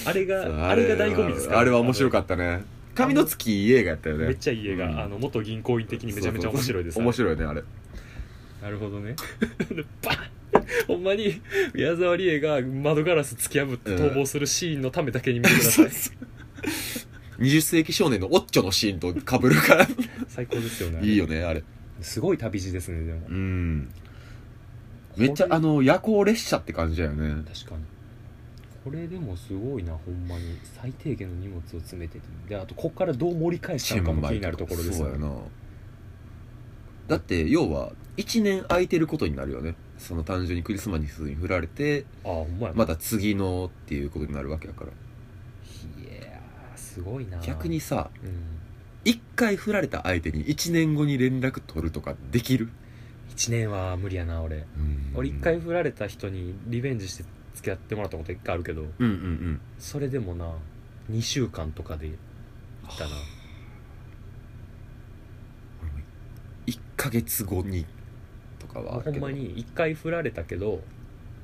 あれがあれが醍醐味ですから
あれは面白かったね紙の月いい映画やったよ
あの
ね
めっちゃいい映画、
うん
あの元銀行員的にめちゃめちゃ面白いです
そうそう面白いねあれ
なるほどね でバーンほんまに宮沢りえが窓ガラス突き破って逃亡するシーンのためだけに見てく ださい、
20世紀少年のオッチョのシーンと被る から
最高ですよね
いいよねあれ
すごい旅路ですねでも
うんめっちゃ
これ
あの夜行列車って感じだよね
確かにこれでもすごいなほんまに最低限の荷物を詰めててであとここからどう盛り返したのかも気になるところです
そうやなだって要は1年空いてることになるよねその単純にクリスマスに振られて
あほんまやな
また次のっていうことになるわけやから
いやーすごいな
逆にさ
うん
1回振られた相手に1年後に連絡取るとかできる
1年は無理やな俺俺1回振られた人にリベンジして付き合ってもらったこと1回あるけど
うんうんうん
それでもな2週間とかでいったな
俺も1ヶ月後にとかは
もうほんまに1回振られたけど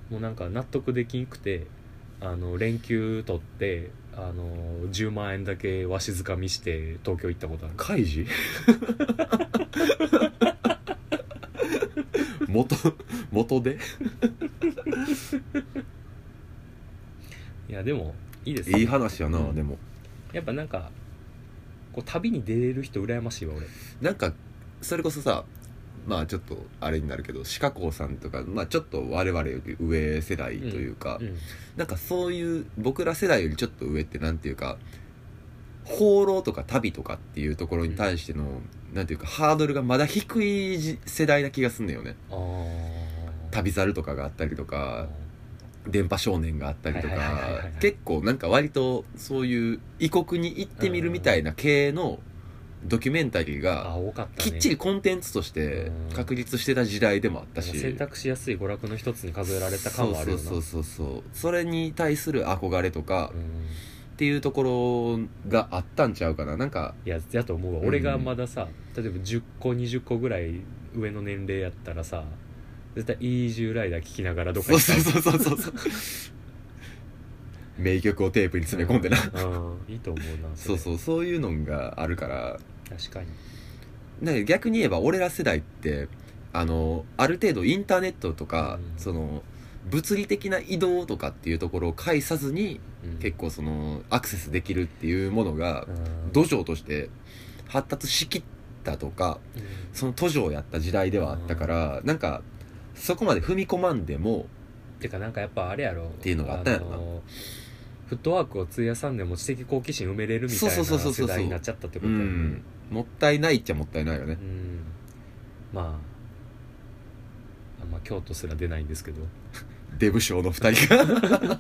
もうなんか納得できんくてあの連休取ってあの10万円だけわしづかみして東京行ったことある
開示 元元で
いやでもいいです
いい話やな、
うん
でも
やっぱなんかこう旅に出れる人羨ましいわ俺
なんかそれこそさまあちょっとあれになるけど鹿子さんとか、まあ、ちょっと我々より上世代というか、
うん
なんかそういう僕ら世代よりちょっと上ってなんていうか放浪とか旅とかっていうところに対しての、なんていうかハードルがまだ低いじ世代な気がすんだよね
あー
旅猿とかがあったりとか電波少年があったりと
はいはいはいはいは
か
い
結構なんか割とそういう異国に行ってみるみたいな系のドキュメンタリー
あ
が
多かった
き
ね
っちりコンテンツとして
うん
確立してた時代でもあったし
選択しやすい娯楽の一つに数えられた感はあるよな
そうそうそうそうそれに対する憧れとか
うん
っていうところがあったんちゃうかななんか
いややと思うわ
うん
俺がまださ、例えば10個20個ぐらい上の年齢やったらさ絶対「イージューライダー」聴きながらどっか
そう
行き
そ
た
う
い
そうそうそうそう名曲をテープに詰め込んでな
うんいいと思うな
そうそううそういうのがあるから
確かに
なんか逆に言えば俺ら世代ってあのある程度インターネットとか、
うん
その物理的な移動とかっていうところを介さずに
うん
結構そのアクセスできるっていうものが
うん
土壌として発達しきったとか
うん
その途上やった時代ではあったから、なんかそこまで踏み込まんでも
てかなんかやっぱあれやろって
いうのがあったんやろな
フットワークを費やさんでも知的好奇心埋めれるみたいな
そうそうそうそ
世
うそう
代になっちゃったってこ
う
とやね
んもったいないっちゃもったいないよね
う、んまああんま京都すら出ないんですけど
デブ賞の2人が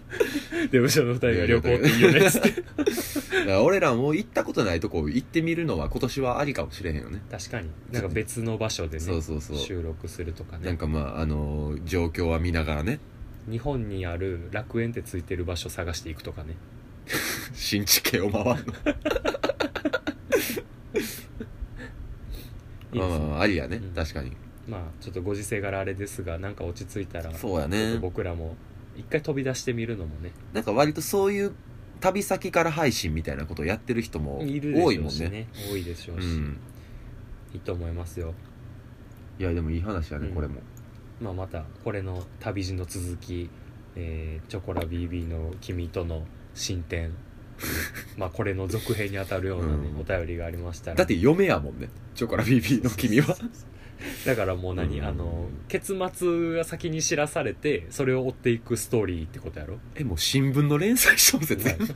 でもその二人が旅行っていいよねっつって
だから俺らも行ったことないとこ行ってみるのは今年はありかもしれへんよね
確かになんか別の場所でね
そうそうそう
収録するとかね
なんかまああのー状況は見なが らね
日本にある楽園ってついてる場所探していくとかね
新地形を回るの
いいですね
まあまあありやね、
うん
確かに
まあちょっとご時世柄あれですがなんか落ち着いたら
そうやね
僕らも一回飛び出してみるのもね
なんか割とそういう旅先から配信みたいなことをやってる人も
いるで
多い
しょ
も
うんし
ね
ね多いでしょ
う
うし、
ん
いいと思いますよ、
いやでもいい話やね、
うん
これも
まあ、またこれの旅路の続き、えーチョコラ BB の君との進 展まあこれの続編にあたるような、ね
うん
お便りがありましたら
だって嫁やもんねチョコラ BB の君は
だからもう何、
うん
あの結末が先に知らされてそれを追っていくストーリーってことや ろ
えもう新聞の連載小説やん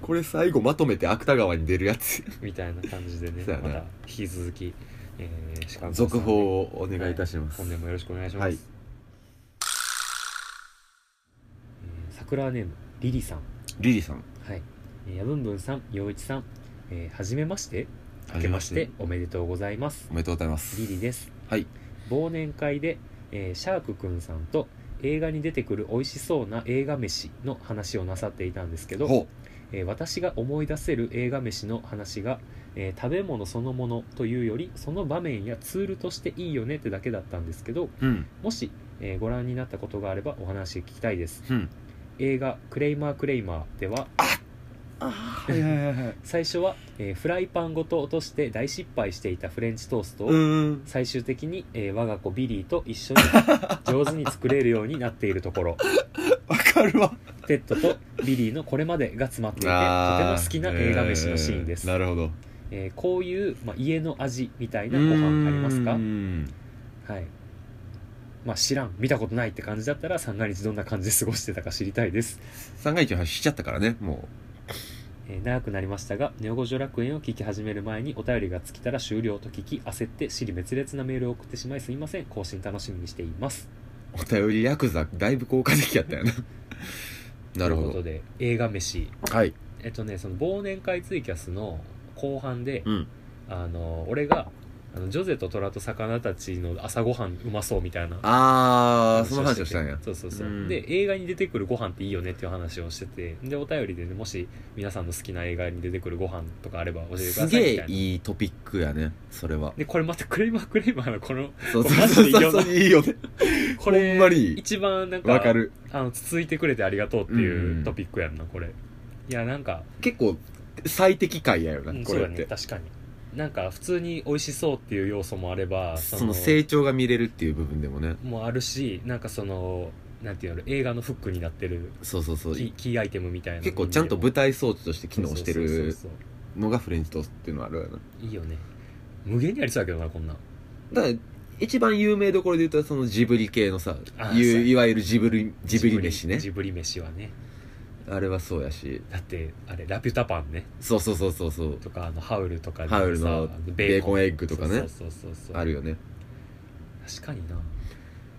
これ最後まとめて芥川に出るやつ
みたいな感じでね
そうやな
また引き続き、えー、シカゴさん
続報をお願いいたします、
本年もよろしくお願いします、
はい
えー桜ネームリリさん
リリさん
はいえーやぶんぶんさん陽一さんえーはじめまして
は
明けましておめでとうございます
おめでとうございます
リリです
はい
忘年会で、えーシャークくんさんと映画に出てくる美味しそうな映画飯の話をなさっていたんですけど、
ほ
えー私が思い出せる映画飯の話が、えー食べ物そのものというよりその場面やツールとしていいよねってだけだったんですけど
ううん
もし、えーご覧になったことがあればお話聞きたいです
うん
映画「クレイマークレイマー」では
ああはいはいはいはい
最初は、えーフライパンごと落として大失敗していたフレンチトーストを、
うん
最終的に、えー我が子ビリーと一 緒に上手に作れるようになっているところ
わかるわ
テッドとビリーのこれまでが詰まっていてとても好きな映画飯のシーンです、
なるほど
えーこういう、まあ、家の味みたいなご飯ありますか
うん
はいまあ知らん見たことないって感じだったら三が日どんな感じで過ごしてたか知りたいです、
三が日の話しちゃったからねも
えー長くなりましたが「ネオ五条楽園」を聞き始める前にお便りが尽きたら終了と聞き焦って尻滅裂なメールを送ってしまいすいません更新楽しみにしています
うお便りヤクザだいぶ効果的やったよな なるほ
ということ
ど
で映画飯
はい
えっとねその忘年会ツイキャスの後半で、
うん
あの俺があのジョゼと虎と魚たちの朝ごはんうまそうみたいな
ああその話をしたんや
そうそうそう、
うん
で映画に出てくるご飯っていいよねっていう話をしててでお便りでねもし皆さんの好きな映画に出てくるご飯とかあれば教えてく
す
ださいみ
げ
た
え
いない
いトピックやねそれ は
でこれまたクレイマークレイマーのこの
そうそうそうそう
マ
そういい よね
こ
ほ
れ
んまにいい
一番なんか
わかる
あのつついてくれてありがとうって
ん
いううんトピックやんなこれいやなんか
結構最適解やよな
うん
こ
そう
れ
だ
っ
ね
て
確かになんか普通に美味しそうっていう要素もあれば
その成長が見れるっていう部分でもね
もあるしなんかそのなんていうの映画のフックになってる
そうそうそう
キーキーアイテムみたいな
結構ちゃんと舞台装置として機能してる
そうそうそう
のがフレンチトーストっていうのはあるよな
そういいよね無限にありそうやけどなこんなん
だから一番有名どころで言うとそのジブリ系のさ
あー
い
そうう
いわゆるジブリジブリ飯ね
ジブリ飯はね
あれはそうやし
だってあれラピュタパンね
そうそうそうそうそう
とかあのハウルとかでさ
ハウルの
あの
ベーコンエッグとかね
そうそうそうそう
あるよね
確かにな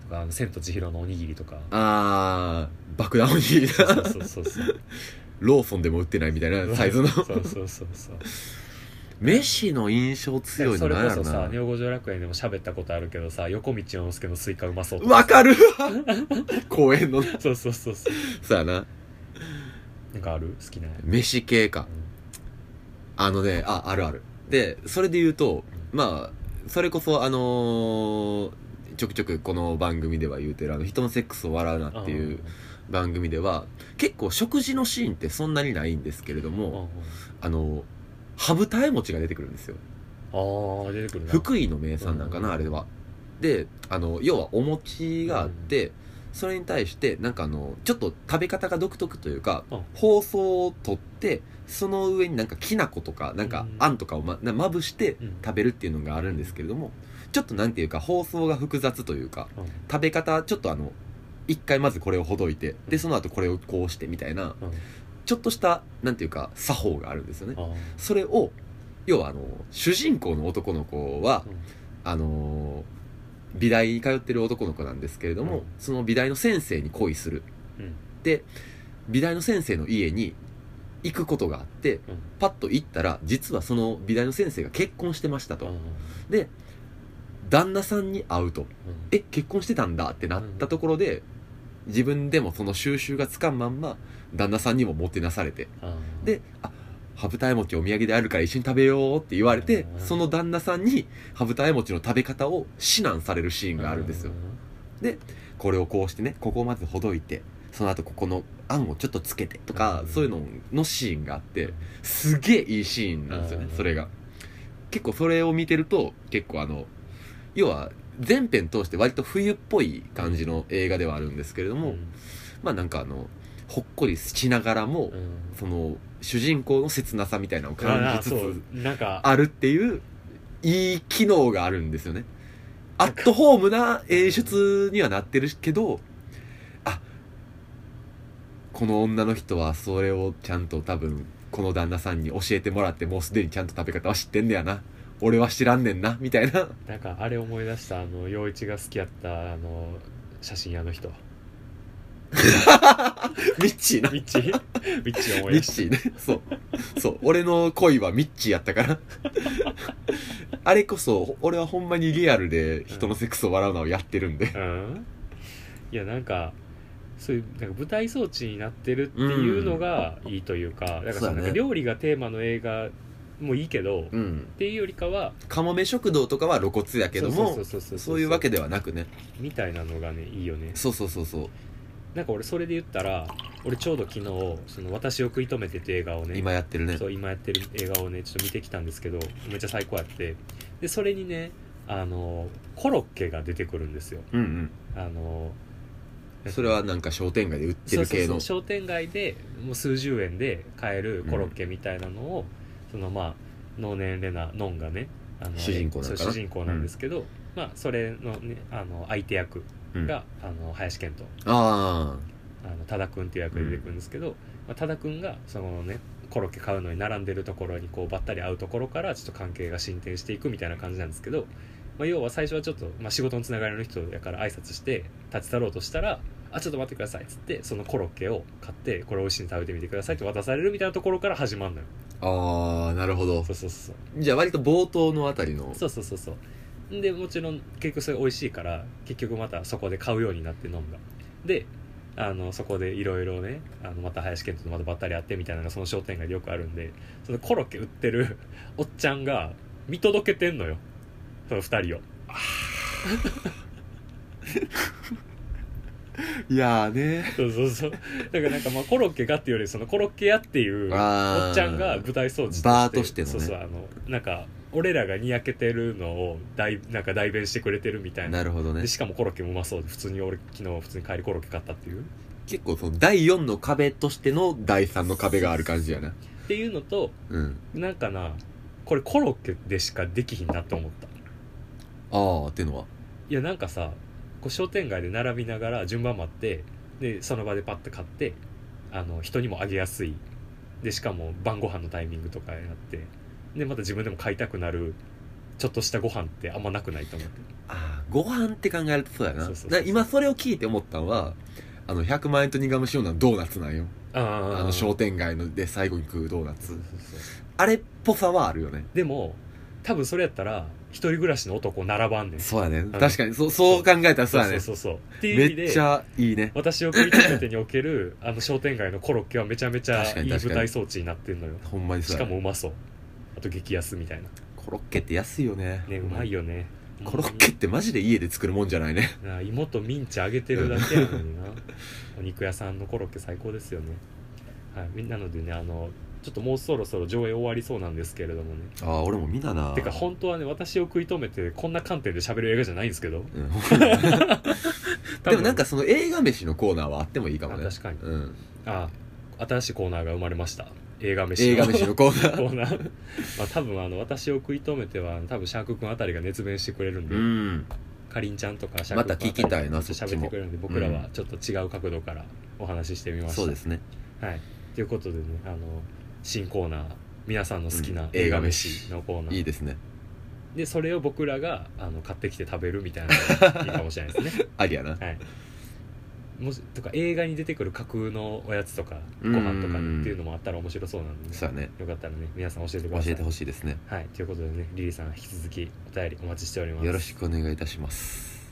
とかあの「千と千尋のおにぎり」とか
あー爆弾おにぎり
そう
だ
そうそうそう
ローソンでも売ってないみたいなサイズの
そうそうそうそう
メッシの印象強い
そ
の
れ
なんやろ
こそさ
な
女房女楽園でも喋ったことあるけどさ横道洋介のスイカうまそうと
わ かるわ公園の
そうそうそうそう
さあな
なんかある好きなや
飯系かあのねああるあるでそれで言うとまあそれこそあのーちょくちょくこの番組では言うてるあの人のセックスを笑うなっていう番組では結構食事のシーンってそんなにないんですけれど
うんうん
もあの羽二重餅が出てくるんですよ
ああ出てくるな
福井の名産なんかな、
うん
あれはであの要はお餅があって、それに対してなんかあのちょっと食べ方が独特というか、
うん
包装を取ってその上になんかきな粉とかなんか
うん
あんとかをまなまぶして
うん
食べるっていうのがあるんですけれどもちょっとなんていうか包装が複雑というか
うん
食べ方ちょっとあの一回まずこれをほどいてでその後これをこうしてみたいな
うん
ちょっとしたなんていうか作法があるんですよね
あー
それを要はあの主人公の男の子は
うん
あのー美大に通ってる男の子なんですけれども、
うん
その美大の先生に恋する、
うん
で美大の先生の家に行くことがあっ
う
て
ん
パッと行ったら実はその美大の先生が結婚してましたと、
うん
旦那さんに会うと
うん
え結婚してたんだってなったところで、自分でもその収集がつかんまんま旦那さんにももてなされて
あー
で「あ羽二重餅お土産であるから一緒に食べよう」って言われて
うん
その旦那さんに羽二重餅の食べ方を指南されるシーンがあるんですよこれをこうしてねここをまずほどいてその後ここのあんをちょっとつけてとか
うん
そういうののシーンがあってすげえいいシーンなんですよね
うん
それが結構それを見てると結構あの要は全編通して割と冬っぽい感じの映画ではあるんですけれども、
うん
まあなんかあのほっこりしながらも、
うん
その主人公の切なさみたいなのを
あ
感
ー
じつつ
そうなんか
あるっていういい機能があるんですよねアットホームな演出にはなってるけどあこの女の人はそれをちゃんと多分この旦那さんに教えてもらってもうすでにちゃんと食べ方は知ってんねやな俺は知らんねんなみたい な
なんかあれ思い出したあの陽一が好きやったあの写真屋の 人
ミッチーな
ミッチーミッチー思い出
ミッチ
し
ーね そうそう俺の恋はミッチーやったから あれこそ俺はほんまにリアルで人のセックスを笑うのをやってるんで
たうんいやなんかそういうなんか舞台装置になってるっていうのがいいというか,、なんか
そう
そ
だ
の
ね
なんか料理がテーマの映画もいいけど、っ
うん
ていうよりかは
かもめ食堂とかは露骨やけども
そうそ
そういうわけではなくね
みたいなのがねいいよね
そうそうそうそう
なんか俺それで言ったら俺ちょうど昨日「その私を食い止めて」っていう映画をね
今やってるね
そう今やってる映画をねちょっと見てきたんですけどめっちゃ最高やってでそれにねあのコロッケが出てくるんですよ
うん
あの
うんそれはなんか商店街で売っ
そ
て
う
る
そう
系
そ
の
う商店街でもう数十円で買えるコロッケみたいなのを、そのまあ能年レナノンがねあの
主人公なのかな
そう主人公なんですけど、まあそれのねあの相手役
うんあ
が、あの林遣都
あ
あの多田君っていう役で出てくるんですけど、まあ、多田君がそのねコロッケ買うのに並んでるところにこうばったり会うところからちょっと関係が進展していくみたいな感じなんですけど、まあ、要は最初はちょっと、まあ、仕事のつながりの人やから挨拶して立ち去ろうとしたら「あちょっと待ってください」っつってそのコロッケを買ってこれ美味しいんで食べてみてくださいって渡されるみたいなところから始まるのよ
ああなるほど
そうそうそう
じゃあ割と冒頭のあたりの
そうそうそうそうそうでもちろん結局それ美味しいから結局またそこで買うようになって飲んだであのそこでいろいろねあのまた林健人とまたばったり会ってみたいなのがその商店街でよくあるんでそのコロッケ売ってる おっちゃんが見届けてんのよその2人を
いやーね
そうそうそうだからなんかまあコロッケがっていうよりそのコロッケ屋っていうお
あー
っちゃんが舞台装置として
バーとしてのね
そうそうあのなんか俺らがにやけてるのを代なんか代弁してくれてるみたいな
なるほどね
でしかもコロッケもうまそうで普通に俺昨日普通に帰りコロッケ買ったっていうっ
結構その第4の壁としての第3の壁がある感じやな
ていうのと
うん
なんかなこれコロッケでしかできひんなと思った
ああってのはい
やなんかさこう商店街で並びながら順番待ってでその場でパッと買ってあの人にもあげやすいでしかも晩ご飯のタイミングとかやってでまた自分でも買いたくなるちょっとしたご飯ってあんまなくないと思って
ああご飯って考えるとそうやな
そうそうそう
だから今それを聞いて思ったのはあの100万円と苦虫ようなドーナツなんよ
ああ
あの商店街ので最後に食うドーナ
そう
ツ
そうそう
あれっぽさはあるよね
でも多分それやったら一人暮らしの男並ばんねん
そうやね
の
確かにそうそう考えたらそうやね
そうそうそうっていう意味で
めっちゃいいね
私を食い立ててにおけるあの商店街のコロッケはめちゃめちゃ
確か
いい
に確か
舞
に
台装置になってるのよ
ほんまにそう
し
や
かもうまそうあと激安みたいな
コロッケって安いよね
ねうまいよね
コロッケってマジで家で作るもんじゃないね
なあ芋とミンチ揚げてるだけやのになお肉屋さんのコロッケ最高ですよねはいみんなのでねあのちょっともうそろそろ上映終わりそうなんですけれどもね
ああ俺も見たな
てか本当はね私を食い止めてこんな観点で喋る映画じゃないんですけど
うん
多 分
でもなんかその映画飯のコーナーはあってもいいかもね
あ確かに
うん、
あ新しいコーナーが生まれました映画飯の
映画飯のコー
コ
ナー
ーナーまあ多分あの私を食い止めては多分シャーク君あたりが熱弁してくれるんで、
うん
かりんちゃんとかシャーク君あり
また聞きたいな
ちょっと
そっち
喋っ
も
てくれるんで僕らはちょっと違う角度からお話ししてみました、
そうですね
はいということでねあの新コーナー皆さんの好き
う
なん映画飯のコーナー、
いいですね
でそれを僕らがあの買ってきて食べるみたい なのがいいかもしれないですね
ありやな
はいもしとか映画に出てくる架空のおやつとかご飯とかねっていうのもあったら面白そうなんで、ね、
そうやね
よかったらね皆さん教えてく
教
ださい
えてほしいですね
はい、ということでね、リリーさん引き続きお便りお待ちしております。
よろしくお願いいたします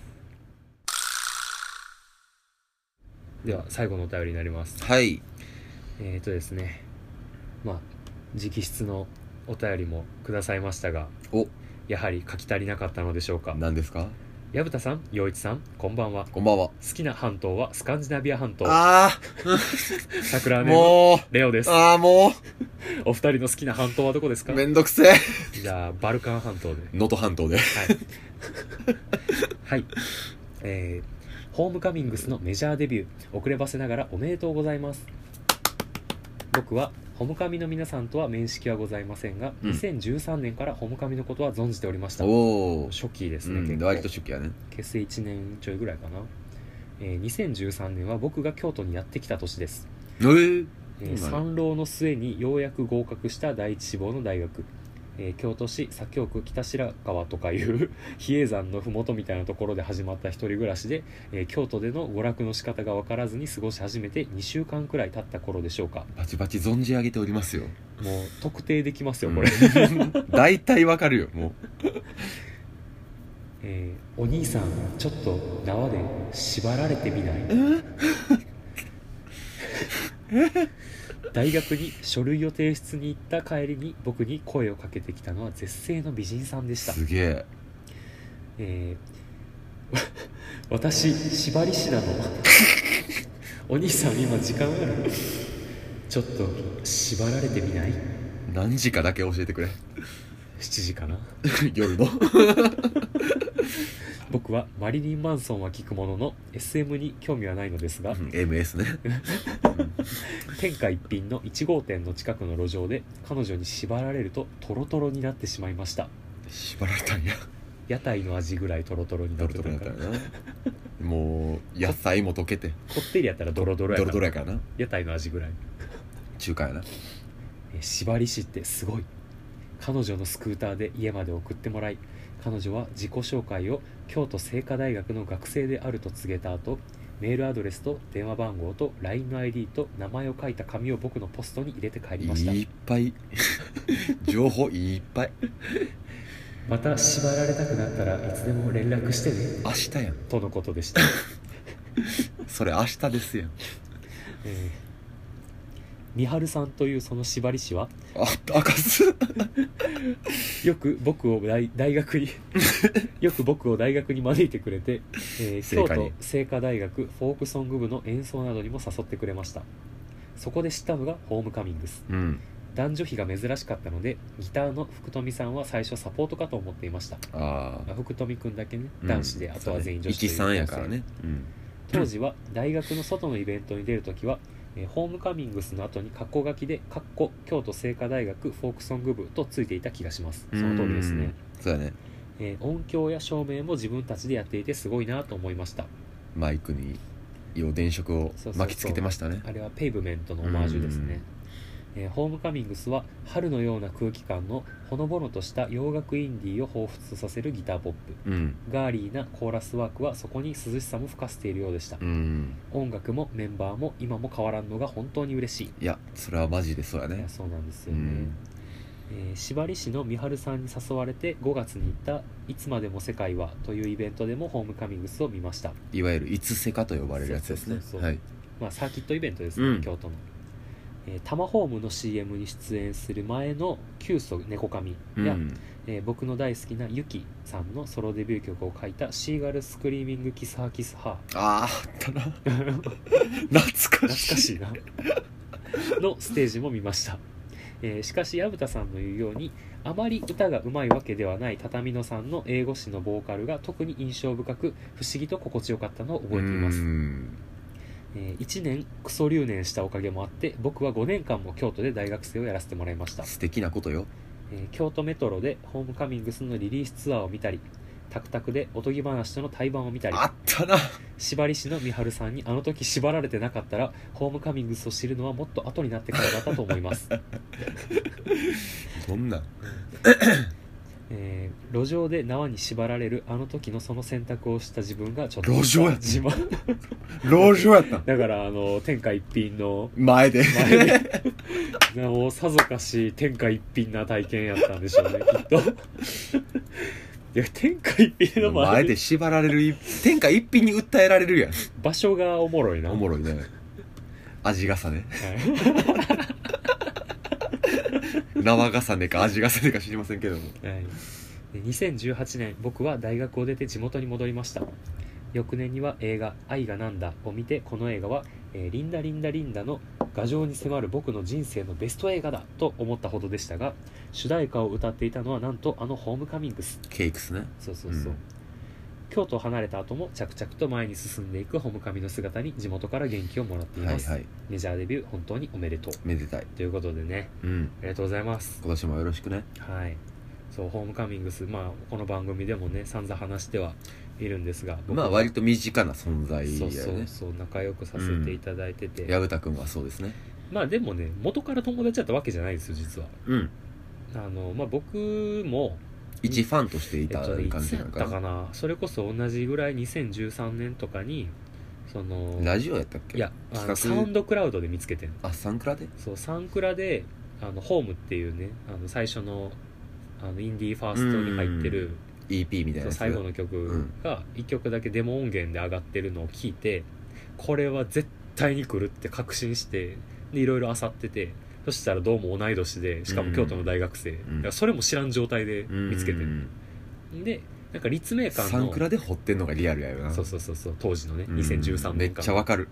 では最後のお便りになります。
はい
えっ、ー、とですね、まあ直筆のお便りもくださいましたが、
お
やはり書き足りなかったのでしょうか。
何ですか
矢蓋さん、陽一さん、こんばんは。
こんばんは
好きな半島はスカンジナビア半島。
ああ
桜根の
もう
レオです。
ああも
お二人の好きな半島はどこです
う
か？
めんどくせえ
じゃあバルカン半島で。
能登半島で
はい。 はい。えーホームカミングスのメジャーデビュー、遅ればせながらおめでとうございます。僕は、ホムカミの皆さんとは面識はございませんが、
うん
2013年からホムカミのことは存じておりました。
おお
初期です
う
ね、
ん
結構
割と出家やね
結成1年ちょいぐらいかな。えー2013年は僕が京都にやってきた年です。
えー
えー
うん
三浪の末にようやく合格した第一志望の大学、えー京都市左京区北白川とかいう 比叡山の麓みたいなところで始まった一人暮らしで、えー京都での娯楽の仕方が分からずに過ごし始めて2週間くらい経った頃でしょうか
バチバチ存じ上げておりますよ
もう特定できますよこれ、
うん 大体わかるよも
えーお兄さんちょっと縄で縛られてみないう 大学に書類を提出に行った帰りに僕に声をかけてきたのは絶世の美人さんでした
すげえ
えー 私縛り師なの お兄さん今時間あるちょっと縛られてみない
何時かだけ教えてくれ
7時かな
夜の
僕はマリリン・マンソンは聞くものの SM に興味はないのですが
MS ね
天下一品の1号店の近くの路上で彼女に縛られるとトロトロになってしまいました
縛られたんや
屋台の味ぐらいトロトロにな
ド
る
ロ
と
ド
か
ロ
こ
やからなもう野菜も溶けて
ってりやったらドロドロや
ド
から
ロドロやからな
屋台の味ぐらい
中華やな
えー縛り師ってすごい彼女のスクーターで家まで送ってもらい彼女は自己紹介を京都精華大学の学生であると告げた後メールアドレスと電話番号と LINE の ID と名前を書いた紙を僕のポストに入れて帰りました
いっぱい情報いっぱい
また縛られたくなったらいつでも連絡してね
明日やん
とのこと でした、
それ明日ですやん
えー、三春さんというその縛り師は
あ明かす
よく僕を大大学 によく僕を大学に招いてくれて、えー
聖
京
火に
都聖火大学フォークソング部の演奏などにも誘ってくれましたそこで知ったのがホームカミングス
うん
男女比が珍しかったのでギターの福富さんは最初サポートかと思っていました
あ
あ
あ
福富君だけね男子で、あとは全員女子とい
一
う
三やからねうん
当時は大学の外のイベントに出るときは、えーホームカミングスの後に括弧書きで「括弧京都聖火大学フォークソング部」とついていた気がしますその通りですね
うんそうやね
えー音響や照明も自分たちでやっていてすごいなと思いました
マイクに用電飾を巻きつけてましたね
あれはペイブメントのオマージュですねえーホームカミングスは春のような空気感のほのぼのとした洋楽インディーを彷彿とさせるギターポップ
うん
ガーリーなコーラスワークはそこに涼しさも付かせているようでした
うん
音楽もメンバーも今も変わらんのが本当に嬉しい
いやそれはマジでそうや
い
ね
やそうなんです
う
よね、
ん
えー縛り師の三春さんに誘われて5月に行った「いつまでも世界は」というイベントでもホームカミングスを見ました、
いわゆるいつせかと呼ばれるやつですね
そうそうそうそう
はい
まあ、サーキットイベントですね、
うん
京都の、えータマホームの CM に出演する前の「旧祖猫神」
う
や、
ん
えー僕の大好きなユキさんのソロデビュー曲を書いた「シーガルスクリーミングキスハーキスハー」
あああったな懐かしい
懐かしいなのステージも見ました、えーしかし薮田さんの言うようにあまり歌がうまいわけではない畳野さんの英語詞のボーカルが特に印象深く不思議と心地よかったのを覚えています、
うん
え1年クソ留年したおかげもあって僕は5年間も京都で大学生をやらせてもらいました、
素敵なことよ
えー京都メトロでホームカミングスのリリースツアーを見たりタクタクでおとぎ話との対バンを見たり
あったな
縛り師の三春さんにあの時縛られてなかったらホームカミングスを知るのはもっと後になってからだったと思い ます、
どんなん
えー路上で縄に縛られるあの時のその選択をした自分がちょっと
路上や
自 慢
路上やったん
だからあの天下一品の
前で
前 でもうさぞかし天下一品な体験やったんでしょうねきっ といや天下一品の前
前
で
で縛られるい天下一品に訴えられるやん
場所がおもろいな
おもろいね味重ね
はい
縄重ねか味重ねか知りませんけども
はい、で2018年僕は大学を出て地元に戻りました翌年には映画「愛がなんだ」を見てこの映画は、えーリンダリンダリンダ」の牙城に迫る僕の人生のベスト映画だと思ったほどでしたが主題歌を歌っていたのはなんとあの「ホームカミングス
ケイクスね」
そうそうそう、
うん
京都を離れた後も着々と前に進んでいくホームカミの姿に地元から元気をもらってい
はい
ます、
はい
メジャーデビュー本当におめでとう
めでたい
ということでね
うん
ありがとうございます
今年もよろしくね
はい、そうホームカミングス、まあ、この番組でもね散々話してはいるんですが僕
まあ
は
割と身近な存在
そう
や
そう
ね
そう仲良くさせていただいてて、
矢蓋君はそうですね
まあでもね元から友達だったわけじゃないですよ実は
うん
あの、まあ、僕も
一ファンとしていた
ねい
感
つ
じ
や
な
っ
の
た
か
か
な
なそれこそ同じぐらい2013年とかにその
ラジオやったっけ
いやあのサ
企
ウ
画
ンドクラウドで見つけてん
あサンクラで
そうサンクラであのホームっていうねあの最初のあのインディーファーストに入ってる
EP みた
そ
いな
う
やつ
最後の曲が1曲だけデモ音源で上がってるのを聞いてこれは絶対に来るって確信してでいろいろ漁っててそしたらどうも同い年でしかも京都の大学生、
ん
だからそれも知らん状態で
うん
見つけてる、でなんか立命館
サン
の
クラで掘ってんのがリアルやよな
そうそうそうそう当時のね
うん
2013
め
年
っ
間
ちゃわかる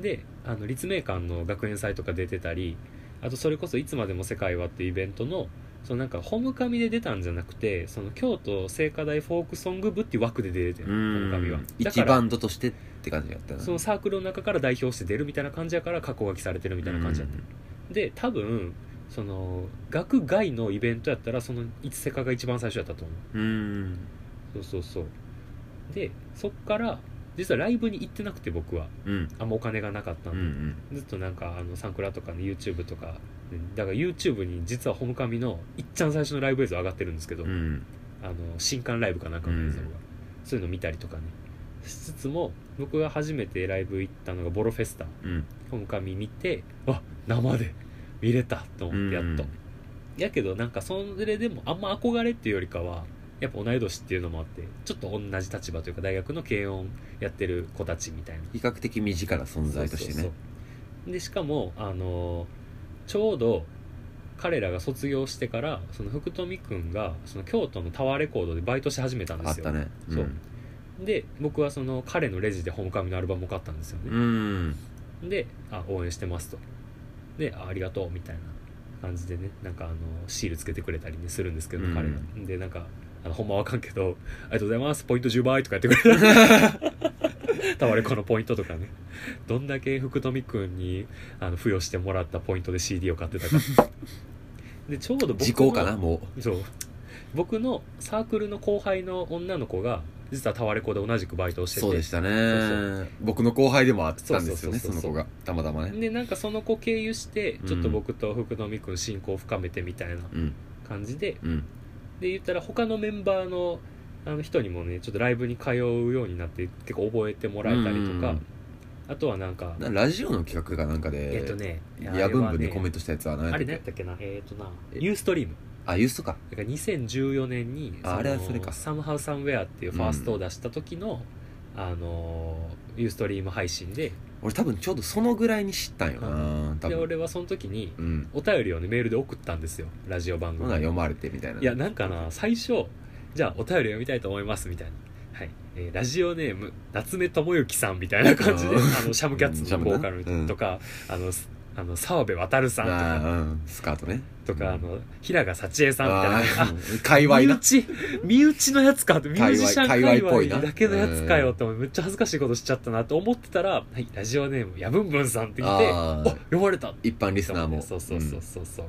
であの立命館の学園祭とか出てたりあとそれこそ「いつまでも世界は」っていうイベントのそのなんかホームカミで出たんじゃなくてその京都聖火台フォークソング部っていう枠で出てるホームカミはだか
一バ
ら
ンドとしてって感じやったな
そのサークルの中から代表して出るみたいな感じやから過去書きされてるみたいな感じだった、で多分その学外のイベントやったらその「いつ世界」が一番最初やったと思う
うんうん
そうそうそうでそっから実はライブに行ってなくて僕は
うん
あんまお金がなかったん
う
で、
ん
ずっとなんかあのサンクラとかの YouTube とかだから YouTube に実はホームカミのいっちゃん最初のライブ映像上がってるんですけど、
うんうん
あの新刊ライブかなんかの映像が、
うん
そういうの見たりとかねしつつも僕が初めてライブ行ったのがボロフェスタ
うん
ホームカミ見てあ生で見れたと思ってやっと、やけどなんかそれでもあんま憧れっていうよりかはやっぱ同い年っていうのもあってちょっと同じ立場というか大学の軽音やってる子たちみたいな
比較的身近な存在としてね
そうそうそうでしかもあのちょうど彼らが卒業してからその福富君がその京都のタワーレコードでバイトし始めたんで
あっ
すよ
たね
そうで僕はその彼のレジでホームカミのアルバムを買ったんですよ
う
ね、
ん
であ応援してますとであありがとうみたいな感じでねなんかあのシールつけてくれたりねするんですけど、
うん
彼がでなんかあのほんまわかんけど「ありがとうございますポイント10倍」とか言ってくれた たまにこのポイントとかねどんだけ福富君にあの付与してもらったポイントで CD を買ってた かでちょうど僕の
時効かなも
そう僕のサークルの後輩の女の子が実はタワレコで同じくバイトを
う
してて
そうでした
そう
ね僕の後輩でもあったんですよね
そうそうそう
その
そう
子がたまたまね
でなんかその子経由して
うん
ちょっと僕と福富君親交を深めてみたいな
うん
感じで
うん
で言ったら他のメンバーのあの人にもねちょっとライブに通うようになって結構覚えてもらえたりとか、
うん
あとはなんか、
なラジオの企画かなんかで
えっとね
夜分分でコメン
ン
トしたやつは何やった
あ
っ
れ
け
何やったっけなえっ、とな
え
ニューストリーム
あユーストか
だから2014年に
ああれはそれか
サムハウサムウェアっていうファーストを出した時の、あのユーストリーム配信で
俺多分ちょうどそのぐらいに知ったんよな多
で
分
俺はその時に
うん
お便りをねメールで送ったんですよラジオ番
ほ
組
な読まれてみたいない
やなんかな最初じゃあお便り読みたいと思いますみたいな、はいえーラジオネーム夏目智之さんみたいな感じで
うん
あのシャムキャッツのボーカル
シャムねうん
とか、あのすあの澤部渉さんと
あ
か
ーうんスカートね
とかあ
うん
の平賀幸恵さんみ
あ
たいなあ
ー界隈
身
な
内身内のやつかってミュージシャン
界
界
隈界隈っぽいな
隈だけのやつかよってめっちゃ恥ずかしいことしちゃったなと思ってたら、はい、ラジオネームやぶんぶんさんって来て
あ
あ
ー
呼ばれた
一般リスナーも
そうそうそうそうそう、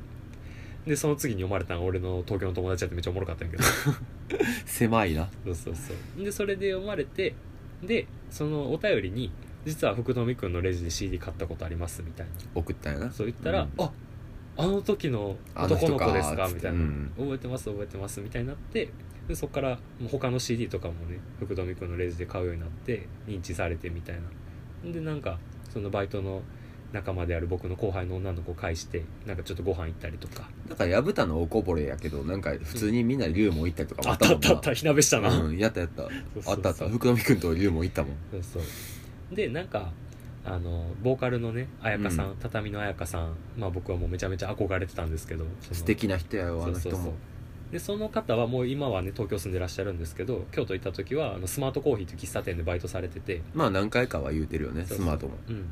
でその次に読まれたのが俺の東京の友達やってめっちゃおもろかったんやけど
うん狭いな
そうそうそうでそれで読まれてでそのお便りに「実は福富君のレジで CD 買ったことあります」みたいな
送ったんやな
そう言ったら「
うん
ああの時の男の子です
あの人か
か」
つって
みたいな、
うん
覚えてます覚えてます」みたいになってでそこからもう他の CD とかもね福富君のレジで買うようになって認知されてみたいなでなんかそのバイトの仲間である僕の後輩の女の子を介してなんかちょっとご飯行ったりとか
なんか薮田のおこぼれやけどなんか普通にみんな龍門行ったりとかも
あったあ
も
っ
ん
たあった火鍋したな、
うんやったやった
そう
あ
そうそう
ったあった福富君と龍門行ったもん
そうそうでなんかあのボーカルのね彩香さん、
うん
畳の彩香さん、まあ、僕はもうめちゃめちゃ憧れてたんですけどその
素敵な人やよあ
そう
の
そう
人
そう
も
でその方はもう今はね東京住んでらっしゃるんですけど京都行った時はあのスマートコーヒーという喫茶店でバイトされてて
まあ何回かは言うてるよね
そう
ス
そう
マートも
うん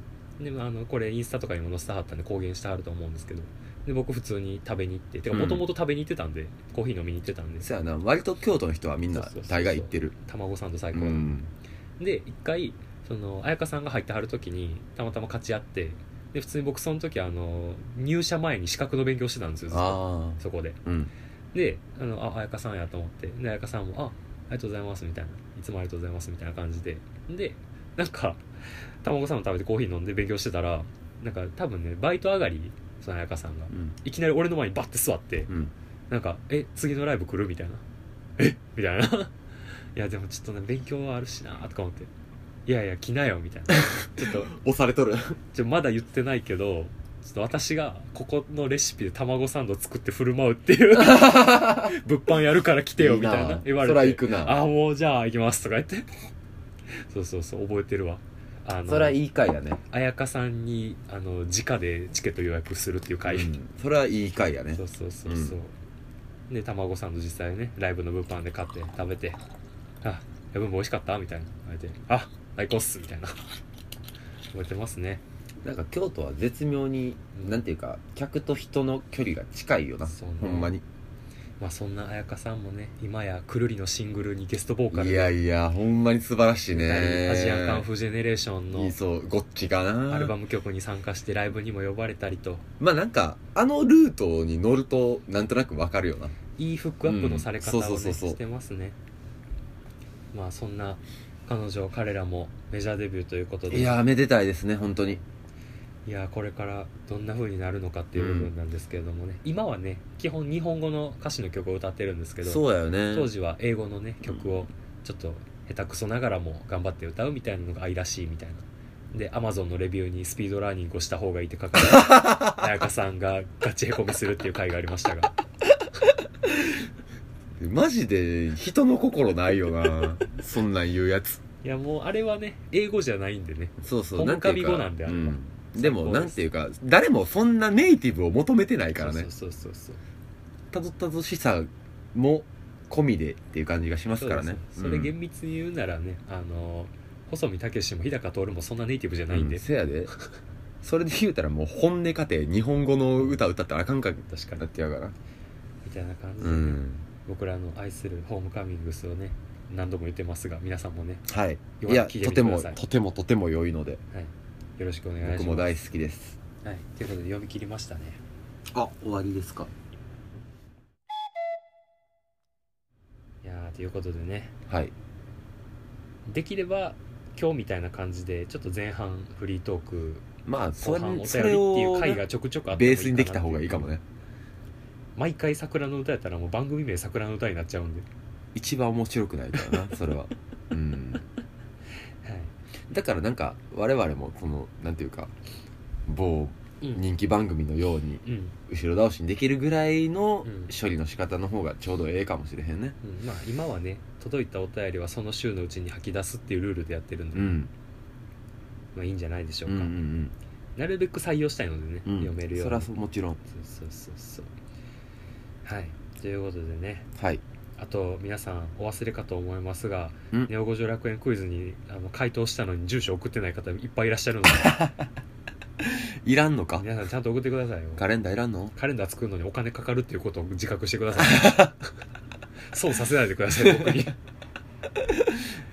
でもあのこれインスタとかにも載せたはったんで公言してはると思うんですけどで僕普通に食べに行っててか
うん
もともと食べに行ってたんで、コーヒー飲みに行ってたんで
そやな割と京都の人はみん
そ
な
うそうそうそう
大概行ってる
卵サンド最
う
高だ、
ん
で一回その彩香さんが入ってはる時にたまたま勝ち合ってで普通に僕その時あの入社前に資格の勉強してたんですよずっと
あ
そこで
あうん
であのあ彩香さんやと思ってで彩香さんも「あありがとうございます」みたいな「いつもありがとうございます」みたいな感じででなんか卵さんも食べてコーヒー飲んで勉強してたらなんか多分ねバイト上がりその彩香さんが
うん
いきなり俺の前にバッて座って
うん
なんか「え次のライブ来る?」みたいな 「えみたいな 「いやでもちょっとね勉強はあるしな」とか思って「いやいや来なよ」みたいな ちょっと
押されとる
ちょまだ言ってないけどちょっと私がここのレシピで卵サンド作って振る舞うっていう 物販やるから来てよみたいな言われて
そら行くな
ああもうじゃあ行きますとか言って そうそうそう覚えてるわあの
そらいい回やね
彩香さんにあの直でチケット予約するっていう会、
うんそれはいい回やね
そうそうそうそう、で卵サンド実際ねライブの物販で買って食べて「あやぶん美味しかった?」みたいな言われて「あ最高っす」みたいな覚えてますね
なんか京都は絶妙になんていうか客と人の距離が近いよな
そうね
ほんまに
まあそんな彩香さんもね今やくるりのシングルにゲストボーカル
いやいやほんまに素晴らしいね
アジアンカンフージェネレーション
いい
の
そうゴッチかな
アルバム曲に参加してライブにも呼ばれたりと
まあなんかあのルートに乗るとなんとなくわかるよない
いフックアップのされ方をね、
うんそうそうそうそう
してますねまあそんな彼女彼らもメジャーデビューということで
いやーめでたいですね本当に
いやーこれからどんな風になるのかっていう部分なんですけれどもね、今はね基本日本語の歌詞の曲を歌ってるんですけど
そうだよね
当時は英語のね曲をちょっと下手くそながらも頑張って歌うみたいなのが愛らしいみたいなで Amazon のレビューにスピードラーニングをした方がいいって書かれ た彩香さんがガチへこみするっていう回がありましたが
マジで人の心ないよ なそんなん言うやつ
いやもうあれはね英語じゃないんでね
そうそう
本
て
格
い
美
うか
語なんであれは
うんでも
最高
な
です
んていうか誰もそんなネイティブを求めてないからね
そうそうそうそう
たどたどしさも込みでっていう感じがしますからね
そうですそれ厳密に言うならね、あの細見武史も日高徹もそんなネイティブじゃないんで、
うせやでそれで言うたらもう本音家庭日本語の歌歌ったらあかんかに
確か
な
に
ってやから
みたいな感じで
う
ね、
ん
僕らの愛するホームカミングスをね何度も言ってますが皆さんもね、
はい
よ
い
か
や
ったら聞いてみ
とて
てくだ
も
さい
とてもとても良いので
はい、よろしくお願いします
僕も大好きです
はい、ということで読み切りましたね
あ終わりですか
いやーということでね
はい
できれば今日みたいな感じでちょっと前半フリートーク
まあそ
後半お
れ
便りっ
そ
て
れ
いう
を
回がちょくちょくあっても
ベ
いい
ー
かな
スにできた方がいいかもね
毎回桜の歌やったらもう番組名桜の歌になっちゃうんで、
一番面白くないか らなそれはうん
はい
だからなんか我々もこのなんていうか某
うん
人気番組のように
うん
後ろ倒しにできるぐらいの
うん
処理の仕方の方がちょうどええかもしれへんね
うん、まあ今はね届いたお便りはその週のうちに吐き出すっていうルールでやってるんで、
うん
まあいいんじゃないでしょ
う
うん
う
か、
ん
なるべく採用したいのでね、
うん
読めるよう
そ
に
れはそうもちろん
そうそうそうそうはいということでね
はい
あと皆さんお忘れかと思いますが
うん
「ネオ五条楽園クイズに」あの回答したのに住所送ってない方いっぱいいらっしゃるの で
いらんのか
皆さんちゃんと送ってくださいよ
カレンダーいらんの
カレンダー作るのにお金かかるっていうことを自覚してください 損させないでください僕に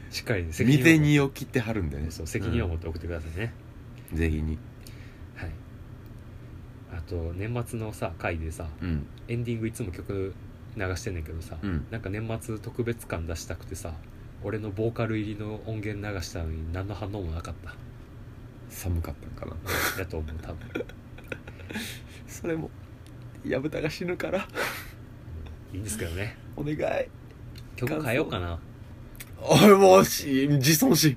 しっかりね責任
未
を
然にを切ってはるんでね
そう責任を持って送ってくださいね、
うんぜひに
はいあと年末のさ回でさ
うん
エンディングいつも曲流してんねんけどさ、
うん
なんか年末特別感出したくてさ俺のボーカル入りの音源流したのに何の反応もなかった
寒かったんかな
だと思う多分
それも矢蓋が死ぬから
いいんですけどね
お願い
曲変えようかな
おいもうし自尊心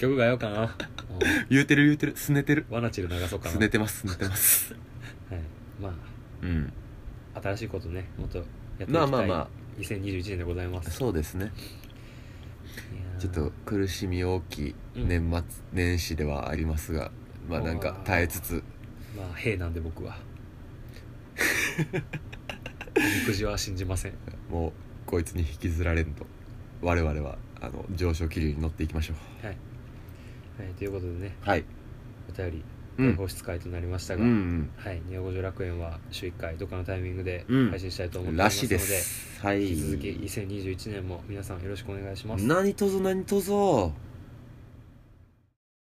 曲変えようかなう
言うてる言うてるすねてる
んワナチル流そうかな、
すねてますすねてます
はい、ま
うん
あ新しいことねもっとやっていきたい
まあまあま
2021年でございま
あ
す
そうですね
いやー
ちょっと苦しみ大きい
うん
年末年始ではありますが、まあなん
う
か
わー
耐えつつ
まあ兵なんで僕 はおみくじは信じません
もうこいつに引きずられんと我々はあの上昇気流に乗っていきましょう
はい、ということでね
はい
お便り
うん
放出会となりました
う
が、
ん
はい、ネオ五条楽園は週1回どっかのタイミングで
うん
配信したいと
う
思ってお
ん
りま
ら
す
し
の
い
で,、
ですはい
引き続き2021年も皆さんよろしくお願いします
何とぞ何とぞ